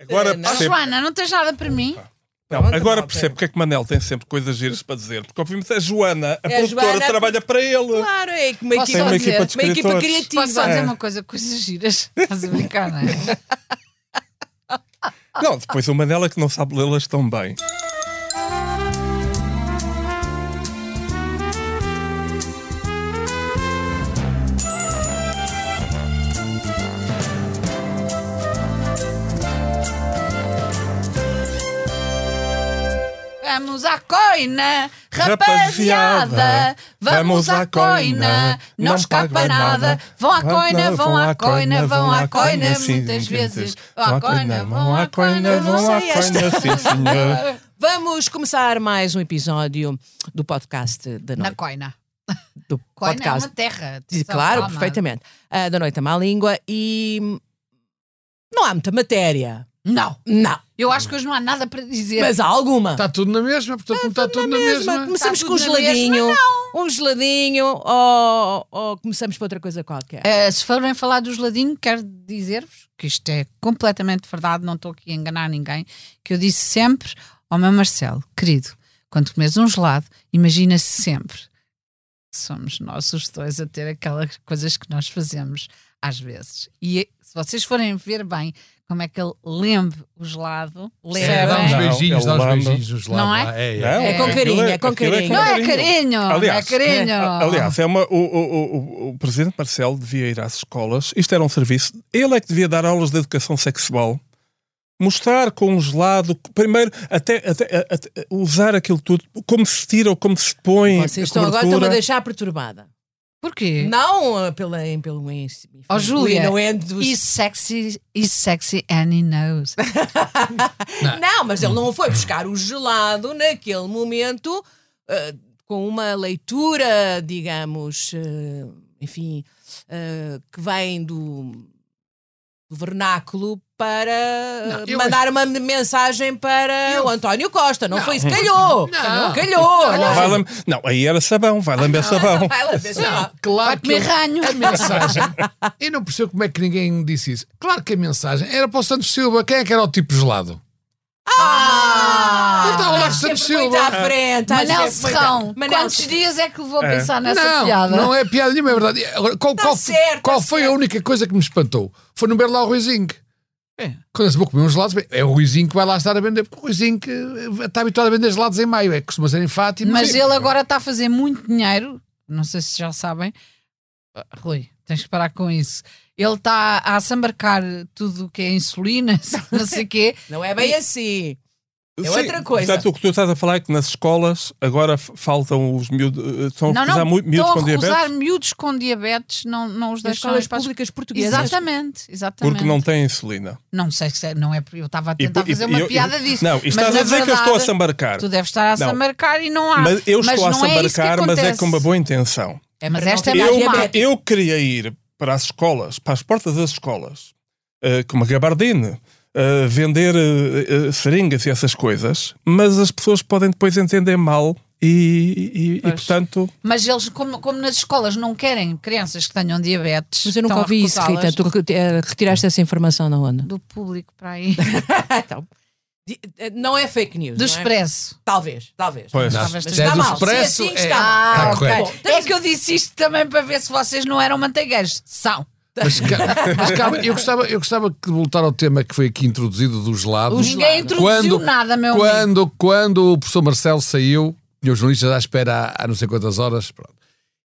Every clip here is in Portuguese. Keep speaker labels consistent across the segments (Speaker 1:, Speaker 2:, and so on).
Speaker 1: Agora
Speaker 2: Ana.
Speaker 1: percebo.
Speaker 3: Joana, Eh, não tens nada para mim?
Speaker 1: Não,
Speaker 2: Pronto,
Speaker 1: agora
Speaker 2: malta.
Speaker 1: percebo porque é que Manel tem sempre coisas giras para dizer. Porque, obviamente, a Joana, a
Speaker 2: É a
Speaker 1: produtora,
Speaker 2: Joana-
Speaker 1: trabalha para ele.
Speaker 2: Claro, é que uma
Speaker 3: Posso
Speaker 2: equipa,
Speaker 3: só
Speaker 2: uma
Speaker 3: dizer-
Speaker 2: equipa,
Speaker 1: Uma equipa de
Speaker 2: criativa. É.
Speaker 3: Posso só dizer uma coisa, coisas giras. Estás a brincar, não é?
Speaker 1: Não, depois o Manel é que não sabe lê-las tão bem.
Speaker 3: Vamos à coina,
Speaker 1: Rapaziada,
Speaker 3: rapaziada. Vamos à coina, não escapa nada. Vão à coina, vão à coina, vão à coina.
Speaker 1: sim,
Speaker 3: Muitas
Speaker 1: sim,
Speaker 3: vezes.
Speaker 1: sim.
Speaker 3: Vão à coina, vão à coina,
Speaker 2: não
Speaker 3: vão à
Speaker 2: sei esta.
Speaker 1: coina, sim, senhor.
Speaker 2: Vamos começar mais um episódio do podcast da
Speaker 3: Na
Speaker 2: noite.
Speaker 3: coina.
Speaker 2: Do
Speaker 3: Coina é
Speaker 2: podcast.
Speaker 3: uma terra.
Speaker 2: Diz-
Speaker 3: atenção,
Speaker 2: Claro,
Speaker 3: calma.
Speaker 2: perfeitamente. Ah, da noite à má língua e hum, não há muita matéria.
Speaker 3: Não,
Speaker 2: Não,
Speaker 3: eu acho que hoje não há nada para dizer.
Speaker 2: mas há alguma. Ah,
Speaker 4: Está tudo na mesma, portanto não está tudo na mesma.
Speaker 2: Começamos
Speaker 3: Tá
Speaker 2: com um
Speaker 3: tudo na mesma,
Speaker 2: geladinho. Um geladinho ou, ou começamos por outra coisa qualquer.
Speaker 3: Eh, se forem falar do geladinho, quero dizer-vos que isto é completamente verdade, não estou aqui a enganar ninguém, que eu disse sempre ao meu Marcelo, querido, quando comes um gelado, imagina -se sempre que somos nós os dois a ter aquelas coisas que nós fazemos às vezes. E eh, se vocês forem ver bem como é que ele lembre o gelado,
Speaker 2: É,
Speaker 4: É, dá
Speaker 3: lembra.
Speaker 4: uns
Speaker 1: Não,
Speaker 4: beijinhos,
Speaker 1: é
Speaker 4: dá uns
Speaker 1: Holanda.
Speaker 4: beijinhos nos
Speaker 3: Não
Speaker 4: lados. lá. É,
Speaker 1: Não,
Speaker 4: é.
Speaker 2: É com
Speaker 1: aquilo
Speaker 2: carinho, é com
Speaker 1: aquilo
Speaker 2: carinho.
Speaker 3: Não é carinho,
Speaker 1: Aliás,
Speaker 3: é carinho.
Speaker 1: Aliás, é uma, o, o, o, o presidente Marcelo devia ir às escolas. Isto era um serviço. Ele é que devia dar aulas de educação sexual. Mostrar com um gelado, primeiro, até, até- até- usar aquilo tudo, como se tira ou como se põe. a
Speaker 2: Vocês estão agora estão a
Speaker 1: cobertura.
Speaker 2: deixar perturbada.
Speaker 3: Porquê?
Speaker 2: Não ah, pela, pelo ins-
Speaker 3: Ó, Júlia,
Speaker 2: o inuendo do-
Speaker 3: He's sexy, he's sexy and he knows.
Speaker 2: Não, mas
Speaker 4: Hum.
Speaker 2: ele não foi buscar o gelado naquele momento ah, com uma leitura, digamos, ah, enfim, ah, que vem do, do vernáculo para eh,
Speaker 4: Não, eu
Speaker 2: mandar uma mensagem para
Speaker 4: Eu-
Speaker 2: o António Costa. Não,
Speaker 4: Não.
Speaker 2: foi isso. Calhou!
Speaker 4: Não.
Speaker 2: Calhou!
Speaker 4: Não.
Speaker 1: Vai lam- Não, aí era sabão, vai
Speaker 3: Ah,
Speaker 1: lamber sabão.
Speaker 2: Vai lá ver se
Speaker 4: Não,
Speaker 2: lá.
Speaker 4: claro que
Speaker 3: Me ranho.
Speaker 1: É,
Speaker 4: a mensagem. Eu não percebo como é que ninguém disse isso. Claro que a mensagem era para o Santos Silva. Quem é que era o tipo gelado?
Speaker 2: Ah!
Speaker 4: Então, lá Santos
Speaker 2: Sempre muito à
Speaker 4: Silva.
Speaker 2: frente. estás
Speaker 3: Manel
Speaker 2: sempre muito à-
Speaker 3: Serrão,
Speaker 2: é Manel
Speaker 3: quantos
Speaker 2: Serrão.
Speaker 3: dias é que levou a
Speaker 1: É.
Speaker 3: pensar nessa
Speaker 4: não,
Speaker 3: piada?
Speaker 4: não é piada nenhuma, é verdade. Agora, qual, qual,
Speaker 2: certo,
Speaker 4: qual
Speaker 2: tá
Speaker 4: foi
Speaker 2: certo.
Speaker 4: a única coisa que me espantou? Foi no Berlau Ruizinho.
Speaker 3: É.
Speaker 4: Quando se vou comer uns gelados, bem, é o Ruizinho que vai lá estar a vender, porque o Ruizinho que eh, está habituado a vender gelados em maio, é que costuma ser em Fátima.
Speaker 3: Mas
Speaker 4: Sim.
Speaker 3: ele agora está a fazer muito dinheiro, não sei se já sabem. Ah, Rui, tens que parar com isso. Ele está a assambarcar tudo o que é insulina, não sei o quê.
Speaker 2: Não é bem assim. É outra coisa.
Speaker 1: Portanto, o que tu estás a falar é que nas escolas agora f- faltam os miúdos. eh, Estão a
Speaker 3: não,
Speaker 1: recusar
Speaker 3: não,
Speaker 1: muito miúdos
Speaker 3: estão
Speaker 1: com
Speaker 3: a
Speaker 1: diabetes
Speaker 3: recusar miúdos com diabetes, não, não os
Speaker 2: Das
Speaker 3: deixam
Speaker 2: escolas
Speaker 3: para as-
Speaker 2: públicas portuguesas.
Speaker 3: Exatamente, exatamente.
Speaker 1: porque não têm insulina.
Speaker 3: Não sei se é, não é. Eu estava a
Speaker 1: E-
Speaker 3: tentar
Speaker 1: e-
Speaker 3: fazer uma
Speaker 1: eu-
Speaker 3: piada
Speaker 1: eu-
Speaker 3: disso.
Speaker 1: Não, isto
Speaker 3: mas
Speaker 1: estás
Speaker 3: na
Speaker 1: a dizer que eu estou a
Speaker 3: verdade- é
Speaker 1: sambarcar.
Speaker 3: Tu deves estar a
Speaker 1: Não.
Speaker 3: assambarcar e não há.
Speaker 1: Mas eu estou a
Speaker 3: Ah, não é isso que
Speaker 1: sambarcar, mas é
Speaker 3: acontece.
Speaker 1: com uma boa intenção.
Speaker 2: É
Speaker 3: Mas
Speaker 2: para
Speaker 3: esta é
Speaker 2: não ter
Speaker 3: mais
Speaker 1: Eu,
Speaker 3: má.
Speaker 2: diabetes.
Speaker 1: eu queria ir para as escolas, para as portas das escolas, eh, como a gabardine, eh, vender eh, eh, seringas e essas coisas, mas as pessoas podem depois entender mal e, e- e,
Speaker 3: Pois.
Speaker 1: portanto,
Speaker 3: Mas eles, como, como nas escolas não querem crianças que tenham diabetes.
Speaker 2: Mas eu nunca
Speaker 3: estão a
Speaker 2: ouvi isso,
Speaker 3: recusá-las
Speaker 2: Rita. Tu reti- eh, retiraste essa informação da onda.
Speaker 3: Do público para aí.
Speaker 2: é? Então, Não é fake news.
Speaker 3: Do expresso. Ah,
Speaker 2: Talvez, talvez.
Speaker 1: pois,
Speaker 4: Não,
Speaker 3: Talvez
Speaker 4: se é
Speaker 3: está
Speaker 4: do
Speaker 3: mal. Se
Speaker 4: Expresso,
Speaker 2: assim
Speaker 4: é-
Speaker 2: está mal.
Speaker 4: está
Speaker 3: Ah, ok.
Speaker 4: correto.
Speaker 3: É que eu disse isto também para ver se vocês não eram manteigueiros. São.
Speaker 4: Mas, ca- mas calma, eu gostava, eu gostava de voltar ao tema que foi aqui introduzido dos lados.
Speaker 3: Ninguém introduziu
Speaker 4: Quando-
Speaker 3: nada, meu amigo.
Speaker 4: Quando, quando o professor Marcelo saiu, e os jornalistas à espera há, há não sei quantas horas, pronto.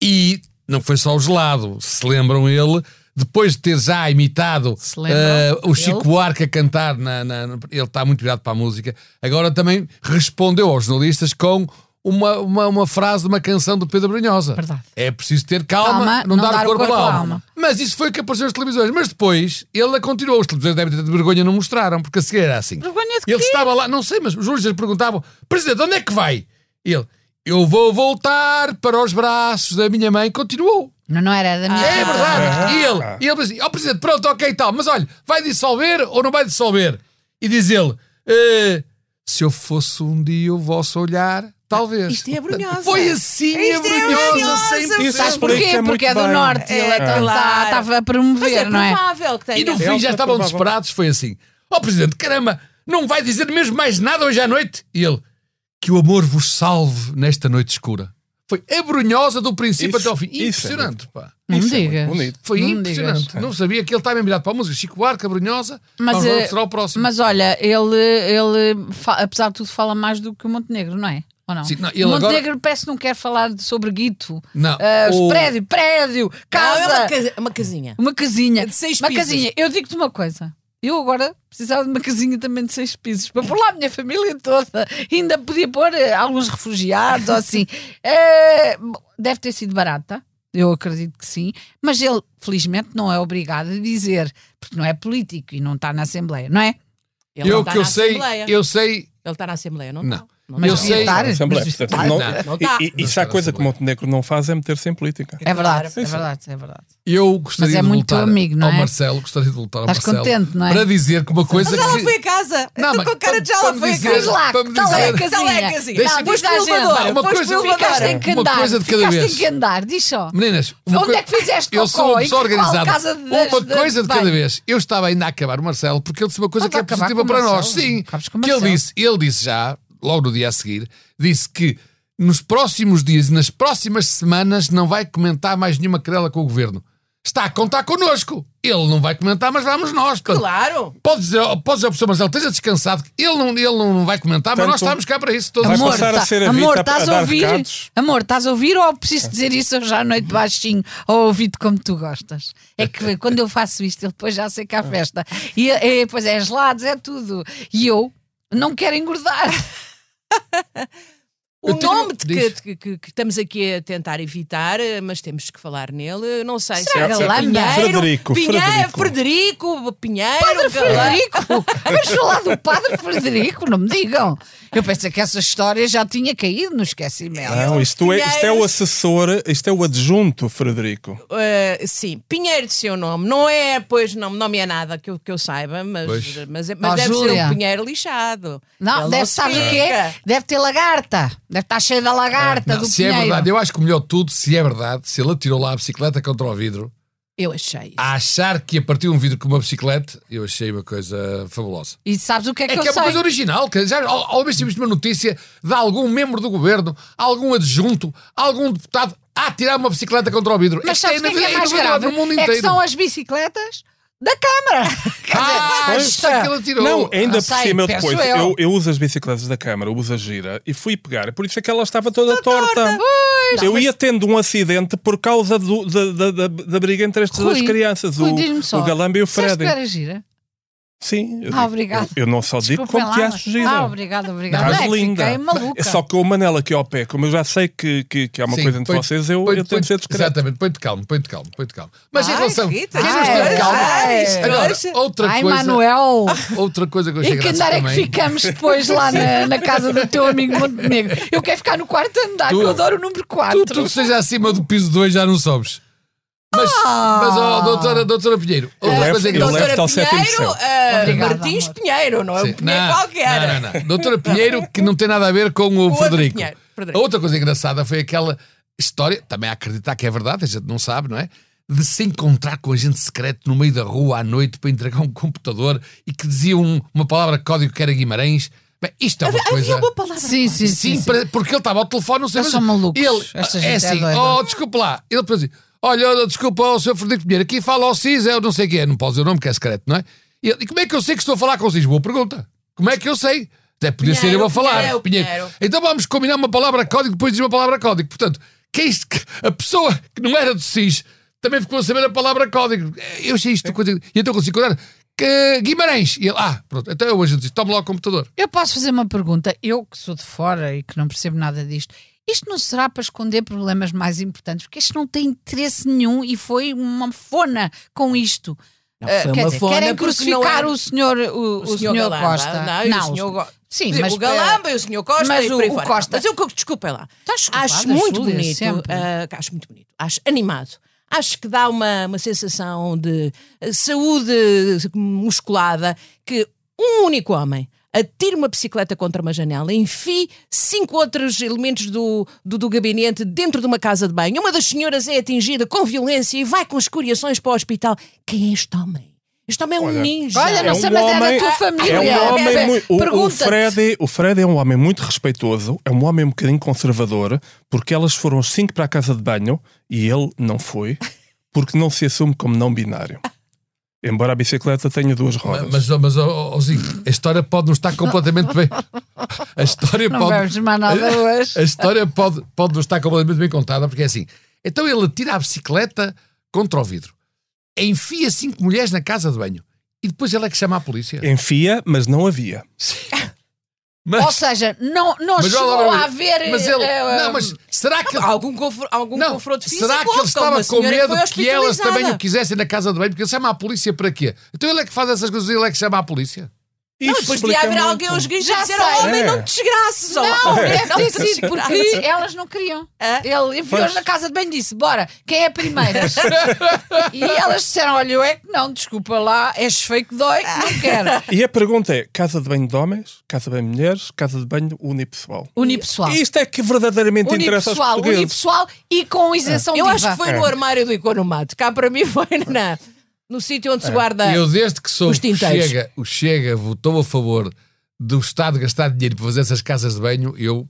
Speaker 4: e não foi só o gelado, se lembram ele, depois de ter já imitado
Speaker 3: Se lembram
Speaker 4: eh, o Chico Arca cantar, na, na- na- ele está muito virado para a música, agora também respondeu aos jornalistas com uma, uma, uma frase de uma canção do Pedro Brunhosa.
Speaker 3: Verdade.
Speaker 4: É preciso ter calma,
Speaker 3: Calma,
Speaker 4: não, dar, o corpo, à alma. Mas isso foi o que apareceu nas televisões. Mas depois ele a continuou. As televisões devem ter de vergonha, não mostraram, porque a seguir era assim.
Speaker 3: Vergonha de
Speaker 4: Ele estava lá, não sei, mas os juízes perguntavam: Presidente, onde é que vai? Ele: Eu vou voltar para os braços da minha mãe. Continuou.
Speaker 3: Não, não era da minha.
Speaker 4: É
Speaker 1: Ah.
Speaker 4: verdade. E ele, e ele disse: Ó Presidente, pronto, ok e tal, mas olha, vai dissolver ou não vai dissolver? E diz ele: "Eh, Se eu fosse um dia o vosso olhar, talvez.
Speaker 2: Isto é brunhosa.
Speaker 4: Foi assim, é
Speaker 2: Isto é brunhosa,
Speaker 4: brunhosa, sem
Speaker 1: Isso
Speaker 3: Sabes porquê?
Speaker 1: Explica muito
Speaker 3: Porque é do
Speaker 1: bem.
Speaker 3: norte.
Speaker 2: É,
Speaker 3: ele é que
Speaker 2: claro.
Speaker 3: está- estava a
Speaker 2: Mas
Speaker 3: promover,
Speaker 2: é
Speaker 3: não é?
Speaker 2: provável que tenha.
Speaker 4: E no
Speaker 1: É
Speaker 4: fim já
Speaker 1: outra
Speaker 4: estavam
Speaker 1: provável.
Speaker 4: desesperados, foi assim. Ó Presidente, caramba, não vai dizer mesmo mais nada hoje à noite? E ele, que o amor vos salve nesta noite escura. Foi abrunhosa do princípio
Speaker 1: Isso-
Speaker 4: até ao fim.
Speaker 1: isso é
Speaker 4: Impressionante, pá.
Speaker 3: Não
Speaker 1: Isso é muito
Speaker 3: digas.
Speaker 1: bonito.
Speaker 4: Foi
Speaker 3: Não
Speaker 4: impressionante.
Speaker 3: digas.
Speaker 4: Não sabia que ele estava virado para a música. Chico Buarque, abrunhosa.
Speaker 3: Mas,
Speaker 4: Mas,
Speaker 3: eh,
Speaker 4: será o próximo.
Speaker 3: Mas olha, ele, ele fa- apesar de tudo, fala mais do que o Montenegro, não é? Ou não?
Speaker 4: Sim, não, ele
Speaker 3: o
Speaker 4: agora-
Speaker 3: Montenegro parece que não quer falar de- sobre Guito.
Speaker 4: Não,
Speaker 3: Ah, os
Speaker 4: o-
Speaker 3: Prédio, prédio,
Speaker 2: Não, é
Speaker 3: casa.
Speaker 2: uma, casa- uma casinha.
Speaker 3: Uma casinha.
Speaker 2: De seis
Speaker 3: uma
Speaker 2: pisos.
Speaker 3: casinha. Eu digo-te uma coisa. Eu agora precisava de uma casinha também de seis pisos para pôr lá a minha família toda. Ainda podia pôr eh, alguns refugiados ou assim. Eh, bom, deve ter sido barata. Eu acredito que sim. Mas ele, felizmente, não é obrigado a dizer. Porque não é político e não está na Assembleia, não é?
Speaker 2: Ele não
Speaker 4: eu
Speaker 2: está
Speaker 4: que eu
Speaker 2: na
Speaker 4: sei,
Speaker 2: Assembleia.
Speaker 4: eu sei,
Speaker 2: Ele está na Assembleia, não
Speaker 4: Não.
Speaker 2: está?
Speaker 4: Eu
Speaker 3: Mas devia
Speaker 4: sei-
Speaker 3: estar,
Speaker 1: Assembleia,
Speaker 3: mas devia
Speaker 1: portanto,
Speaker 3: estar.
Speaker 1: não-
Speaker 2: Não está.
Speaker 1: é E, e se há coisa que Montenegro não faz é meter-se em política.
Speaker 3: É verdade, é
Speaker 1: Sim, sim.
Speaker 3: verdade, é verdade.
Speaker 4: eu gostaria
Speaker 3: Mas é
Speaker 4: de
Speaker 3: muito
Speaker 4: voltar
Speaker 3: teu amigo, não
Speaker 4: ao
Speaker 3: é?
Speaker 4: Marcelo, gostaria de voltar ao
Speaker 3: Estás
Speaker 4: Marcelo
Speaker 3: contente, não é?
Speaker 4: para dizer que uma coisa
Speaker 2: Mas ela
Speaker 4: que
Speaker 2: foi a casa.
Speaker 4: Não,
Speaker 2: Estou
Speaker 4: mas
Speaker 2: com a cara de já
Speaker 4: para-
Speaker 2: ela
Speaker 4: para
Speaker 2: foi a
Speaker 4: dizer-
Speaker 2: casa.
Speaker 3: Diz lá,
Speaker 4: Para me
Speaker 3: tal é a
Speaker 4: dizer-
Speaker 3: casinha.
Speaker 2: Tal é a casinha.
Speaker 3: Deixa-
Speaker 2: Não, diz
Speaker 3: diz à gente.
Speaker 2: elevadora.
Speaker 4: Uma
Speaker 2: Foste
Speaker 4: coisa-
Speaker 2: pelo
Speaker 3: Ficaste
Speaker 2: elevador.
Speaker 3: em que
Speaker 4: Uma
Speaker 3: andar.
Speaker 4: coisa de cada
Speaker 3: Ficaste
Speaker 4: vez.
Speaker 3: em que andar, diz só.
Speaker 4: Meninas, uma
Speaker 3: Onde
Speaker 4: coi-
Speaker 3: é que fizeste
Speaker 4: eu sou
Speaker 3: cocó?
Speaker 4: uma
Speaker 3: Em
Speaker 4: pessoa
Speaker 3: qual
Speaker 4: organizada.
Speaker 3: casa de-
Speaker 4: uma
Speaker 3: de-
Speaker 4: coisa de
Speaker 3: de
Speaker 4: cada
Speaker 3: banho?
Speaker 4: vez. Eu estava ainda a acabar o Marcelo porque ele disse uma coisa
Speaker 3: Ah,
Speaker 4: que é
Speaker 3: vai acabar
Speaker 4: positiva
Speaker 3: com o
Speaker 4: para nós.
Speaker 3: Marcelo.
Speaker 4: Sim,
Speaker 3: Acabas com o
Speaker 4: que ele
Speaker 3: Marcelo.
Speaker 4: disse, ele disse já, logo no dia a seguir, disse que nos próximos dias e nas próximas semanas não vai comentar mais nenhuma querela com o governo. Está a contar connosco. Ele não vai comentar, mas vamos nós. Portanto,
Speaker 2: Claro.
Speaker 4: Pode dizer, pode dizer ao professor Marcelo, esteja descansado, que ele não, ele não vai comentar, mas
Speaker 1: Portanto,
Speaker 4: nós estamos cá para isso. Todos
Speaker 1: vai
Speaker 4: Amor,
Speaker 1: passar a ser a
Speaker 3: amor,
Speaker 1: Rita a-
Speaker 3: estás
Speaker 1: a
Speaker 3: a
Speaker 1: dar
Speaker 3: ouvir?
Speaker 1: recados?
Speaker 3: Amor, estás a ouvir ou preciso dizer isso hoje à noite baixinho ou ouvido como tu gostas? É que quando eu faço isto, ele depois já sei que há festa. E, e pois é, gelados, é tudo. E eu não quero engordar.
Speaker 2: O
Speaker 4: Eu tenho-
Speaker 2: nome de que,
Speaker 4: diz.
Speaker 2: de que- que estamos aqui a tentar evitar, eh, mas temos que falar nele. Eu Não sei
Speaker 3: Será
Speaker 2: se
Speaker 3: que
Speaker 2: é
Speaker 3: ele anda?
Speaker 1: Frederico,
Speaker 2: Pinheiro,
Speaker 1: Frederico.
Speaker 2: Frederico, Pinheiro,
Speaker 3: Padre
Speaker 2: Galé-
Speaker 3: Frederico! Vamos falar do Padre Frederico, não me digam. Eu pensei que essa história já tinha caído no esquecimento.
Speaker 1: Não, isto é, isto é o assessor, isto é o adjunto, Frederico.
Speaker 2: Eh, sim, Pinheiro de seu nome. Não é, pois, não, não me é nada que eu, que eu saiba, mas,
Speaker 4: Pois.
Speaker 2: mas, mas
Speaker 3: Ó,
Speaker 2: deve ser
Speaker 3: Júlia.
Speaker 2: um Pinheiro lixado.
Speaker 3: Não,
Speaker 2: Ele
Speaker 3: deve
Speaker 2: se
Speaker 3: saber é o quê?
Speaker 2: fica.
Speaker 3: Deve ter lagarta. Deve estar cheia da lagarta, do
Speaker 4: se é
Speaker 3: pinheiro.
Speaker 4: verdade, eu acho que o melhor de tudo, se é verdade, se ele atirou lá a bicicleta contra o vidro,
Speaker 2: Eu achei. isso.
Speaker 4: a achar que ia partir um vidro com uma bicicleta, eu achei uma coisa fabulosa.
Speaker 3: E sabes o que é que
Speaker 4: É
Speaker 3: eu
Speaker 4: que é
Speaker 3: sei?
Speaker 4: uma coisa original, que já ao, ao mesmo uma notícia de algum membro do governo, algum adjunto, algum deputado a atirar uma bicicleta contra o vidro.
Speaker 3: Mas
Speaker 4: Esta
Speaker 3: sabes o que é que é
Speaker 4: inove-
Speaker 3: mais
Speaker 4: novidade
Speaker 3: grave?
Speaker 4: No mundo
Speaker 3: É
Speaker 4: inteiro.
Speaker 3: que são as bicicletas da Câmara. Quer
Speaker 4: Ah,
Speaker 3: dizer,
Speaker 4: isto é que ele atirou.
Speaker 1: Não, ainda
Speaker 3: não
Speaker 1: por
Speaker 3: sei,
Speaker 1: cima eu
Speaker 3: Ah, penso
Speaker 1: depois.
Speaker 3: eu.
Speaker 1: Eu, eu uso as bicicletas da Câmara, uso a gira, e fui pegar. Por isso é que ela estava toda torta. Eu ia tendo um acidente por causa do- da, da- da- da briga entre estas duas
Speaker 3: Rui,
Speaker 1: crianças,
Speaker 3: Rui,
Speaker 1: o,
Speaker 3: diz-me só,
Speaker 1: o Galamba e o
Speaker 3: disseste
Speaker 1: Freddy.
Speaker 3: que era gira.
Speaker 1: Sim, eu,
Speaker 3: Ah,
Speaker 1: digo-
Speaker 3: obrigada.
Speaker 1: eu- eu não só digo
Speaker 3: Desculpem
Speaker 1: como que
Speaker 4: é
Speaker 3: lá.
Speaker 1: acho gira.
Speaker 3: Ah, obrigada, obrigada.
Speaker 1: Estás
Speaker 3: Não, é que
Speaker 1: linda.
Speaker 3: Fiquei maluca.
Speaker 1: É só que o Manela aqui ao pé, como eu já sei que, que, que há É uma
Speaker 4: Sim,
Speaker 1: coisa entre
Speaker 4: põe-
Speaker 1: vocês, eu,
Speaker 4: põe-
Speaker 1: eu tenho de ser
Speaker 4: põe-
Speaker 1: discreto.
Speaker 4: Exatamente, põe-te calmo, põe-te calmo, põe-te calmo. Mas em
Speaker 2: Ai,
Speaker 4: relação.
Speaker 2: Rita,
Speaker 4: quem nos
Speaker 3: ai,
Speaker 4: teve calmo?
Speaker 2: ai,
Speaker 4: Agora,
Speaker 2: trouxa.
Speaker 4: outra
Speaker 3: Ai,
Speaker 4: coisa.
Speaker 3: Manuel.
Speaker 4: Outra coisa que eu achei
Speaker 3: Em que
Speaker 4: graça
Speaker 3: andar é que
Speaker 4: também.
Speaker 3: ficamos depois lá na, na casa do teu amigo Montenegro? Eu quero ficar no quarto andar,
Speaker 4: Tu-
Speaker 3: que eu adoro o número 4.
Speaker 4: Tu, tu que seja acima do piso 2 já não sobes. Mas,
Speaker 2: Ah!
Speaker 4: mas ó, doutora, doutora Pinheiro, outra
Speaker 2: é
Speaker 1: levo-
Speaker 4: coisa que
Speaker 1: eu
Speaker 4: eu
Speaker 1: levo-
Speaker 2: Doutora
Speaker 1: levo-te ao sétimo
Speaker 2: Pinheiro,
Speaker 1: céu.
Speaker 2: eh,
Speaker 3: Obrigada,
Speaker 2: Martins
Speaker 3: amor.
Speaker 2: Pinheiro, não é um Pinheiro
Speaker 4: não,
Speaker 2: qualquer.
Speaker 4: não, não, não. Doutora Pinheiro, que não tem nada a ver com o,
Speaker 2: outro
Speaker 4: Frederico.
Speaker 2: Pinheiro, Frederico.
Speaker 4: A outra coisa engraçada foi aquela história, também a acreditar que é verdade, a gente não sabe, não é? De se encontrar com agente secreto no meio da rua à noite para entregar um computador e que dizia um- uma palavra código que era Guimarães. Bem, isto é uma
Speaker 2: Havia
Speaker 4: coisa.
Speaker 2: uma palavra.
Speaker 3: Sim, sim,
Speaker 4: Sim,
Speaker 3: sim. sim.
Speaker 4: para- porque ele estava ao telefone, não sei
Speaker 3: Eles
Speaker 4: mas-
Speaker 3: são malucos.
Speaker 4: Ele,
Speaker 3: Esta gente
Speaker 4: é
Speaker 3: é
Speaker 4: assim,
Speaker 3: doida.
Speaker 4: oh, desculpa lá. Ele depois diz: Olha, olha, desculpa, ó, Sr. Frederico Pinheiro, aqui fala ao CIS, é o não sei quem é, não pode dizer o nome, que é secreto, não é? E, ele, e como é que eu sei que estou a falar com o CIS? Boa pergunta. Como é que eu sei? Até podia ser eu
Speaker 2: Pinheiro,
Speaker 4: a falar.
Speaker 2: Pinheiro, Pinheiro.
Speaker 4: Então vamos combinar uma palavra código, depois diz uma palavra código. Portanto, que é isto que a pessoa que não era do CIS também ficou a saber a palavra código. Eu achei
Speaker 3: É.
Speaker 4: isto coisa. E então consigo contar que Guimarães. E ele, ah, pronto, então eu hoje disse: toma lá o computador.
Speaker 3: Eu posso fazer uma pergunta, eu que sou de fora e que não percebo nada disto. Isto não será para esconder problemas mais importantes, porque isto não tem interesse nenhum e foi uma fona com isto.
Speaker 2: Não,
Speaker 3: Ah,
Speaker 2: foi
Speaker 3: quer
Speaker 2: uma
Speaker 3: dizer,
Speaker 2: fona
Speaker 3: querem
Speaker 2: porque não
Speaker 3: crucificar
Speaker 2: é-
Speaker 3: o senhor, o, o senhor,
Speaker 2: Galamba.
Speaker 3: Costa.
Speaker 2: Não, e o senhor Go-
Speaker 3: Sim,
Speaker 2: Quer dizer,
Speaker 3: mas
Speaker 2: o Galamba e o senhor Costa
Speaker 3: mas
Speaker 2: e
Speaker 3: o-
Speaker 2: por aí
Speaker 3: o
Speaker 2: fora.
Speaker 3: Costa-
Speaker 2: Mas eu que desculpem lá.
Speaker 3: Estás desculpada,
Speaker 2: acho muito
Speaker 3: Júlia,
Speaker 2: bonito.
Speaker 3: sempre.
Speaker 2: ah, acho muito bonito. Acho animado. Acho que dá uma, uma sensação de ah, saúde musculada que um único homem atire uma bicicleta contra uma janela, enfie cinco outros elementos do, do, do gabinete dentro de uma casa de banho. Uma das senhoras é atingida com violência e vai com escoriações para o hospital. Quem é este homem? Este homem é um
Speaker 1: Olha.
Speaker 2: ninja.
Speaker 3: Olha, não
Speaker 1: É
Speaker 3: sei,
Speaker 1: um
Speaker 3: mas é
Speaker 1: homem-
Speaker 3: da tua família.
Speaker 1: É um homem muito. O, o,
Speaker 3: Pergunta-te.
Speaker 1: Fred, o Fred é um homem muito respeitoso, é um homem um bocadinho conservador, porque elas foram as cinco para a casa de banho e ele não foi, porque não se assume como não binário. Embora a bicicleta tenha duas rodas.
Speaker 4: Mas, mas ó, ó, Zinho, a história pode não estar completamente bem. A história
Speaker 3: Não
Speaker 4: pode.
Speaker 3: vamos mais nada hoje.
Speaker 4: A história pode, pode não estar completamente bem contada, porque é assim. Então ele tira a bicicleta contra o vidro, enfia cinco mulheres na casa de banho e depois ele é que chama a polícia.
Speaker 1: Enfia, mas não havia.
Speaker 4: Mas,
Speaker 3: Ou seja, não, não
Speaker 4: mas olha lá,
Speaker 3: chegou
Speaker 4: olha lá.
Speaker 3: a haver.
Speaker 4: Mas ele.
Speaker 3: eh,
Speaker 4: Não, mas será que. ele-
Speaker 2: Algum, confr- algum
Speaker 4: Não,
Speaker 2: confronto físico.
Speaker 4: será que
Speaker 2: houve
Speaker 4: ele estava
Speaker 2: uma
Speaker 4: com
Speaker 2: senhora
Speaker 4: medo
Speaker 2: foi
Speaker 4: que elas também o
Speaker 2: hospitalizada.
Speaker 4: quisessem na casa de banho? Porque ele chama a polícia para quê? Então ele é que faz essas coisas e ele é que chama a polícia.
Speaker 2: Não,
Speaker 1: Isso
Speaker 2: depois devia
Speaker 1: explica
Speaker 2: haver
Speaker 1: muito.
Speaker 2: alguém aos gays a
Speaker 3: Já
Speaker 2: dizer
Speaker 3: sei.
Speaker 2: ao homem,
Speaker 1: É.
Speaker 2: não te desgraças. ó.
Speaker 3: Não, deve ter
Speaker 2: te
Speaker 3: sido porque
Speaker 2: desgraças.
Speaker 3: elas não queriam.
Speaker 2: É?
Speaker 3: Ele enviou-os
Speaker 1: Pois.
Speaker 3: na casa de banho e disse: Bora, quem é a primeira? e elas disseram: Olha, eu é que não, desculpa lá, és feio que dói, não quero.
Speaker 1: E a pergunta é: casa de banho de homens, casa de banho de mulheres, casa de banho unipessoal.
Speaker 3: Unipessoal.
Speaker 1: Isto é que verdadeiramente interessa aos
Speaker 3: Unipessoal,
Speaker 1: portugueses.
Speaker 3: unipessoal e com isenção
Speaker 2: Eu
Speaker 3: de
Speaker 2: acho
Speaker 3: IVA.
Speaker 2: que foi no armário do Economato. Cá para mim foi na, no sítio onde se guarda.
Speaker 3: Tá.
Speaker 4: Eu, desde que soube
Speaker 2: Os
Speaker 4: que o
Speaker 2: tinteiros.
Speaker 4: Chega, o Chega votou a favor do Estado gastar dinheiro para fazer essas casas de banho, eu.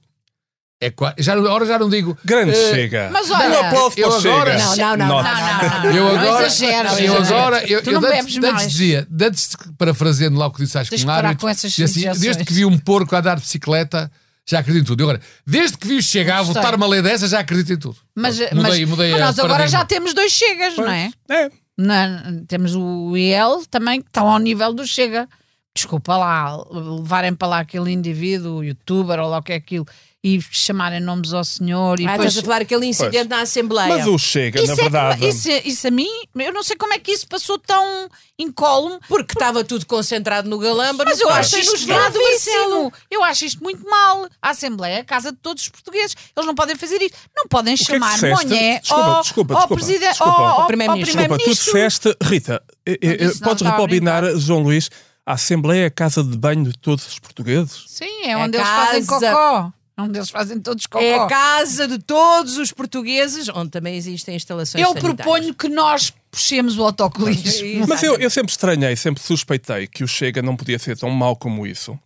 Speaker 4: É qua- já, agora já não digo.
Speaker 1: Grande
Speaker 4: eh,
Speaker 1: chega.
Speaker 3: mas olha-
Speaker 1: um aplauso
Speaker 4: Eu
Speaker 1: para o
Speaker 4: agora-
Speaker 1: chega.
Speaker 2: Não, não, não,
Speaker 1: Nossa.
Speaker 2: não,
Speaker 3: Não,
Speaker 2: não,
Speaker 3: não,
Speaker 2: não.
Speaker 4: Eu
Speaker 3: Ah, não,
Speaker 4: agora.
Speaker 3: exagera, não
Speaker 4: eu
Speaker 3: exagera.
Speaker 4: agora. Eu,
Speaker 3: Tu
Speaker 4: eu
Speaker 3: não
Speaker 4: antes-
Speaker 3: bebes mais.
Speaker 4: antes dizia, antes, parafraseando lá o que disse às
Speaker 3: Tens que parar com essas sugestões.
Speaker 4: desde que vi um porco a andar de bicicleta, já acredito em tudo. E agora, desde que vi o Chega a
Speaker 3: Gostei.
Speaker 4: votar uma lei dessa, já acredito em tudo.
Speaker 3: Mas,
Speaker 4: Pronto,
Speaker 3: mas-
Speaker 4: mudei, mudei
Speaker 3: mas
Speaker 4: a
Speaker 3: nós agora
Speaker 4: paradigma.
Speaker 3: já temos dois chegas, não é?
Speaker 1: É.
Speaker 3: Na- né? temos o IEL também, que estão ao nível do Chega. Desculpa lá, levarem para lá aquele indivíduo, youtuber ou lá o que é aquilo, e chamarem nomes ao senhor e
Speaker 2: Ah,
Speaker 3: depois.
Speaker 2: estás a falar aquele incidente na Assembleia.
Speaker 1: Mas o chega, na
Speaker 3: Isso, Ah, é
Speaker 1: verdade.
Speaker 3: que- isso, isso a mim, eu não sei como é que isso passou tão incólume,
Speaker 2: Porque estava tudo concentrado no Galamba,
Speaker 3: mas
Speaker 2: no
Speaker 3: eu
Speaker 2: Porto
Speaker 3: acho
Speaker 2: e nos
Speaker 3: isto
Speaker 2: Gado do Marcelo.
Speaker 3: gravíssimo. Eu acho isto muito mal. A Assembleia é a casa de todos os portugueses. Eles não podem fazer isto. Não podem
Speaker 1: que é que
Speaker 3: chamar
Speaker 1: disseste?
Speaker 3: Monhé
Speaker 1: Desculpa,
Speaker 3: ao-
Speaker 1: desculpa,
Speaker 3: ao
Speaker 1: desculpa,
Speaker 3: presidente,
Speaker 1: desculpa.
Speaker 3: ao- ao
Speaker 2: Ao primeiro-ministro.
Speaker 1: Desculpa, tu
Speaker 3: primeiro-ministro.
Speaker 1: disseste, Rita, eh, eh,
Speaker 3: disse nada,
Speaker 1: podes
Speaker 3: estava a
Speaker 1: rebobinar, João Luís, a Assembleia é a casa de banho de todos os portugueses?
Speaker 3: Sim, é onde
Speaker 2: É
Speaker 3: eles fazem
Speaker 2: casa.
Speaker 3: cocó. É onde eles fazem todos cocó.
Speaker 2: É a casa de todos os portugueses, onde também existem instalações
Speaker 3: eu
Speaker 2: sanitárias.
Speaker 3: proponho que nós puxemos o autocolismo.
Speaker 2: Exato.
Speaker 1: Mas eu, eu sempre estranhei, sempre suspeitei que o Chega não podia ser tão mau como isso.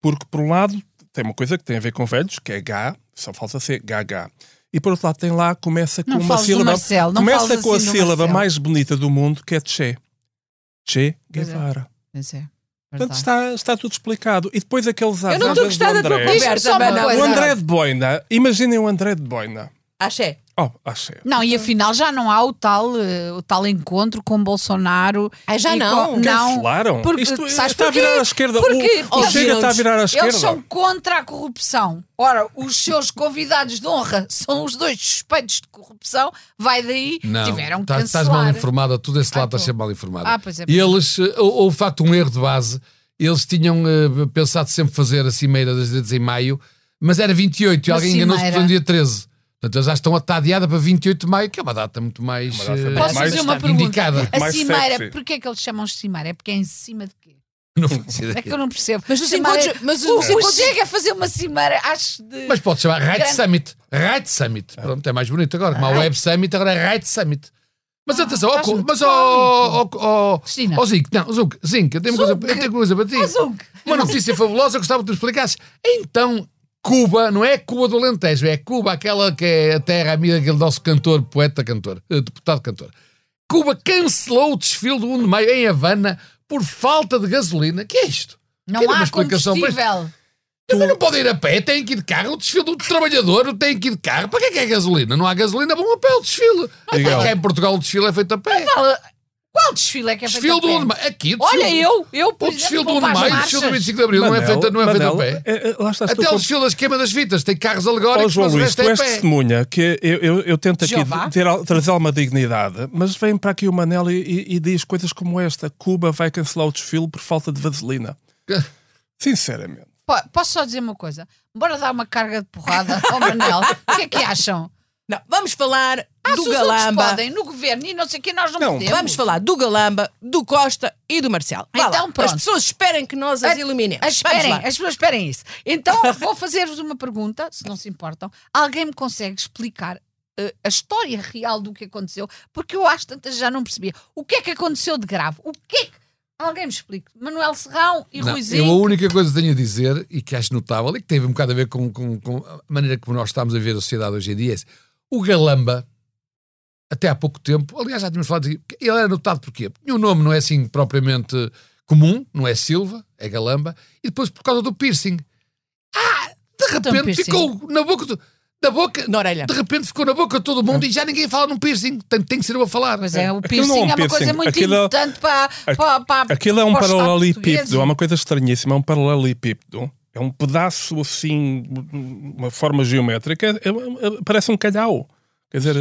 Speaker 1: Porque, por um lado, tem uma coisa que tem a ver com velhos, que é gá, só falta ser gá-gá. E, por outro lado, tem lá, começa com
Speaker 3: Não
Speaker 1: uma
Speaker 3: fales do
Speaker 1: sílaba...
Speaker 3: Marcelo, não
Speaker 1: começa
Speaker 3: fales
Speaker 1: com a
Speaker 3: assim do
Speaker 1: sílaba
Speaker 3: Marcelo.
Speaker 1: mais bonita do mundo, que é Che. Che
Speaker 3: Pois é,
Speaker 1: Guevara.
Speaker 3: Mas é
Speaker 1: Portanto,
Speaker 3: verdade.
Speaker 1: está, está tudo explicado. E depois aqueles
Speaker 2: Eu não
Speaker 1: avanças
Speaker 2: estou a
Speaker 1: do
Speaker 2: gostar da tua
Speaker 1: André.
Speaker 3: Diz-me
Speaker 2: conversa,
Speaker 3: só uma
Speaker 2: Ana.
Speaker 3: coisa.
Speaker 1: O André de Boina, imaginem o André de Boina.
Speaker 2: Axé.
Speaker 1: Oh, achei.
Speaker 3: Não, e afinal já não há o tal, eh, o tal encontro com Bolsonaro.
Speaker 2: Ah, já
Speaker 3: e
Speaker 2: não?
Speaker 3: com- não.
Speaker 1: Cancelaram?
Speaker 3: Porque,
Speaker 1: Isto
Speaker 3: sabes
Speaker 1: está a
Speaker 3: porquê?
Speaker 1: virar à esquerda. O-
Speaker 3: Porque
Speaker 1: o
Speaker 3: eles-
Speaker 1: Chega está a virar à esquerda.
Speaker 3: Eles são contra a corrupção. Ora, os seus convidados de honra são os dois suspeitos de corrupção. Vai daí,
Speaker 4: Não,
Speaker 3: tiveram que
Speaker 4: tá-
Speaker 3: cancelar.
Speaker 4: estás mal informada, tudo esse
Speaker 3: Ah,
Speaker 4: lado estás
Speaker 3: tô.
Speaker 4: sempre mal informada.
Speaker 3: Ah, pois é.
Speaker 4: E eles, eh, hou- houve de facto um erro de base, eles tinham eh, pensado sempre fazer a Cimeira das Direitos em maio, mas era 28 e
Speaker 3: Uma
Speaker 4: alguém enganou-se
Speaker 3: cimeira.
Speaker 4: para o dia 13. Portanto, eles já estão atadeada para 28 de maio, que é uma data muito mais.
Speaker 1: Uma data
Speaker 4: eh,
Speaker 1: muito
Speaker 3: Posso
Speaker 1: mais
Speaker 3: fazer uma
Speaker 1: tarde.
Speaker 3: pergunta?
Speaker 4: Indicada.
Speaker 3: A
Speaker 1: Mais
Speaker 3: cimeira,
Speaker 1: sexy.
Speaker 3: porquê é que eles chamam de cimeira? É porque é em cima de quê?
Speaker 4: Não faço ideia.
Speaker 3: É que eu não percebo.
Speaker 2: Mas os
Speaker 3: Cimeira-
Speaker 2: encontros- mas
Speaker 3: o,
Speaker 2: os
Speaker 3: o
Speaker 2: encontros-
Speaker 3: Chega a fazer uma cimeira, acho de.
Speaker 4: Mas pode chamar Right
Speaker 3: Grande-
Speaker 4: Summit. Right Summit. Pronto, é mais bonito agora. Como há Web Summit, agora é Right Summit. Mas atenção, ó,
Speaker 3: estás
Speaker 4: co-
Speaker 3: Ah, muito
Speaker 4: mas ó, ó, ó,
Speaker 3: Cristina.
Speaker 4: ó, Zinc, não, Zinc, Zinc, eu tenho uma coisa,
Speaker 3: Zinc.
Speaker 4: eu tenho uma coisa para ti.
Speaker 3: Ó, Zinc.
Speaker 4: Uma notícia fabulosa, eu gostava que tu explicasses. Então, Cuba, não é Cuba do Alentejo, é Cuba, aquela que é a terra amiga daquele nosso cantor, poeta, cantor, eh, deputado, cantor. Cuba cancelou o desfile do 1 de maio em Havana por falta de gasolina. Que é isto?
Speaker 3: não
Speaker 4: Quero
Speaker 3: há
Speaker 4: uma explicação para isto.
Speaker 3: combustível.
Speaker 4: Também não podem ir a pé, têm que ir de carro. O desfile do trabalhador tem que ir de carro. Para que é que é gasolina? Não há gasolina, vão a pé o desfile.
Speaker 1: Miguel.
Speaker 4: Cá em Portugal o desfile é feito a pé.
Speaker 3: Fala, Qual desfile é que é feito
Speaker 4: Desfile
Speaker 3: a
Speaker 4: do
Speaker 3: pé?
Speaker 4: 1 de maio. Aqui, o desfile- um
Speaker 3: Olha, eu, eu, por
Speaker 4: O
Speaker 3: exemplo,
Speaker 4: desfile do
Speaker 3: vou
Speaker 4: 1 de
Speaker 3: para as
Speaker 4: maio, o desfile do
Speaker 3: marchas.
Speaker 4: 25 de abril não é
Speaker 1: Manel,
Speaker 4: feito, não é feito a
Speaker 1: Manel,
Speaker 4: pé.
Speaker 1: é, é, lá estás tu
Speaker 4: Até o
Speaker 1: com-
Speaker 4: desfile das queima das fitas tem carros
Speaker 1: Ó,
Speaker 4: alegóricos,
Speaker 1: João
Speaker 4: mas o
Speaker 1: Luís,
Speaker 4: resto
Speaker 1: tu
Speaker 4: é a
Speaker 1: és
Speaker 4: pé.
Speaker 1: testemunha que eu, eu, eu tento aqui
Speaker 3: Jeová?
Speaker 1: ter, al- trazer alguma dignidade, mas vem para aqui o Manel e, e- e diz coisas como esta: Cuba vai cancelar o desfile por falta de vaselina. Sinceramente.
Speaker 3: Po- Posso só dizer uma coisa? Bora dar uma carga de porrada ao Manel. O que é que acham?
Speaker 2: Não, vamos falar
Speaker 3: Ah,
Speaker 2: do
Speaker 3: se os outros
Speaker 2: Galamba.
Speaker 3: podem, no governo e não sei o que, nós não,
Speaker 1: Não,
Speaker 3: podemos.
Speaker 2: Vamos falar do Galamba, do Costa e do Marcelo. Vá
Speaker 3: Então,
Speaker 2: lá.
Speaker 3: pronto.
Speaker 2: As pessoas esperem que nós as
Speaker 3: Ah,
Speaker 2: iluminemos.
Speaker 3: ah,
Speaker 2: Vamos
Speaker 3: Esperem,
Speaker 2: lá.
Speaker 3: as pessoas esperem isso. Então, vou fazer-vos uma pergunta, se não se importam. Alguém me consegue explicar eh, a história real do que aconteceu? Porque eu acho tantas já não percebia. O que é que aconteceu de grave? O que é que Alguém me explique. Manuel Serrão e
Speaker 4: Não,
Speaker 3: Ruizinho.
Speaker 4: eu a única coisa que tenho a dizer e que acho notável e que teve um bocado a ver com, com- com a maneira como nós estamos a ver a sociedade hoje em dia é esse. o Galamba, até há pouco tempo, aliás já tínhamos falado, disso, ele era notado porquê? Porque o nome não é assim propriamente comum, não é Silva, é Galamba, e depois por causa do piercing. Ah, de
Speaker 3: Então,
Speaker 4: repente
Speaker 3: piercing.
Speaker 4: ficou na boca do- da boca,
Speaker 2: Na orelha.
Speaker 4: de repente ficou na boca de todo mundo e já ninguém fala num piercing, tem, tem que ser eu a falar.
Speaker 3: Pois é, o
Speaker 1: Aquilo não
Speaker 3: piercing
Speaker 1: é
Speaker 3: é
Speaker 1: um
Speaker 3: uma
Speaker 1: piercing.
Speaker 3: coisa muito
Speaker 1: Aquilo-
Speaker 3: importante para, para, para.
Speaker 1: Aquilo é um
Speaker 3: para o Estado
Speaker 1: paralelepípedo, é
Speaker 3: português.
Speaker 1: uma coisa estranhíssima, é um paralelepípedo. É um pedaço assim, uma forma geométrica, é- é- é- parece um calhau. Quer dizer,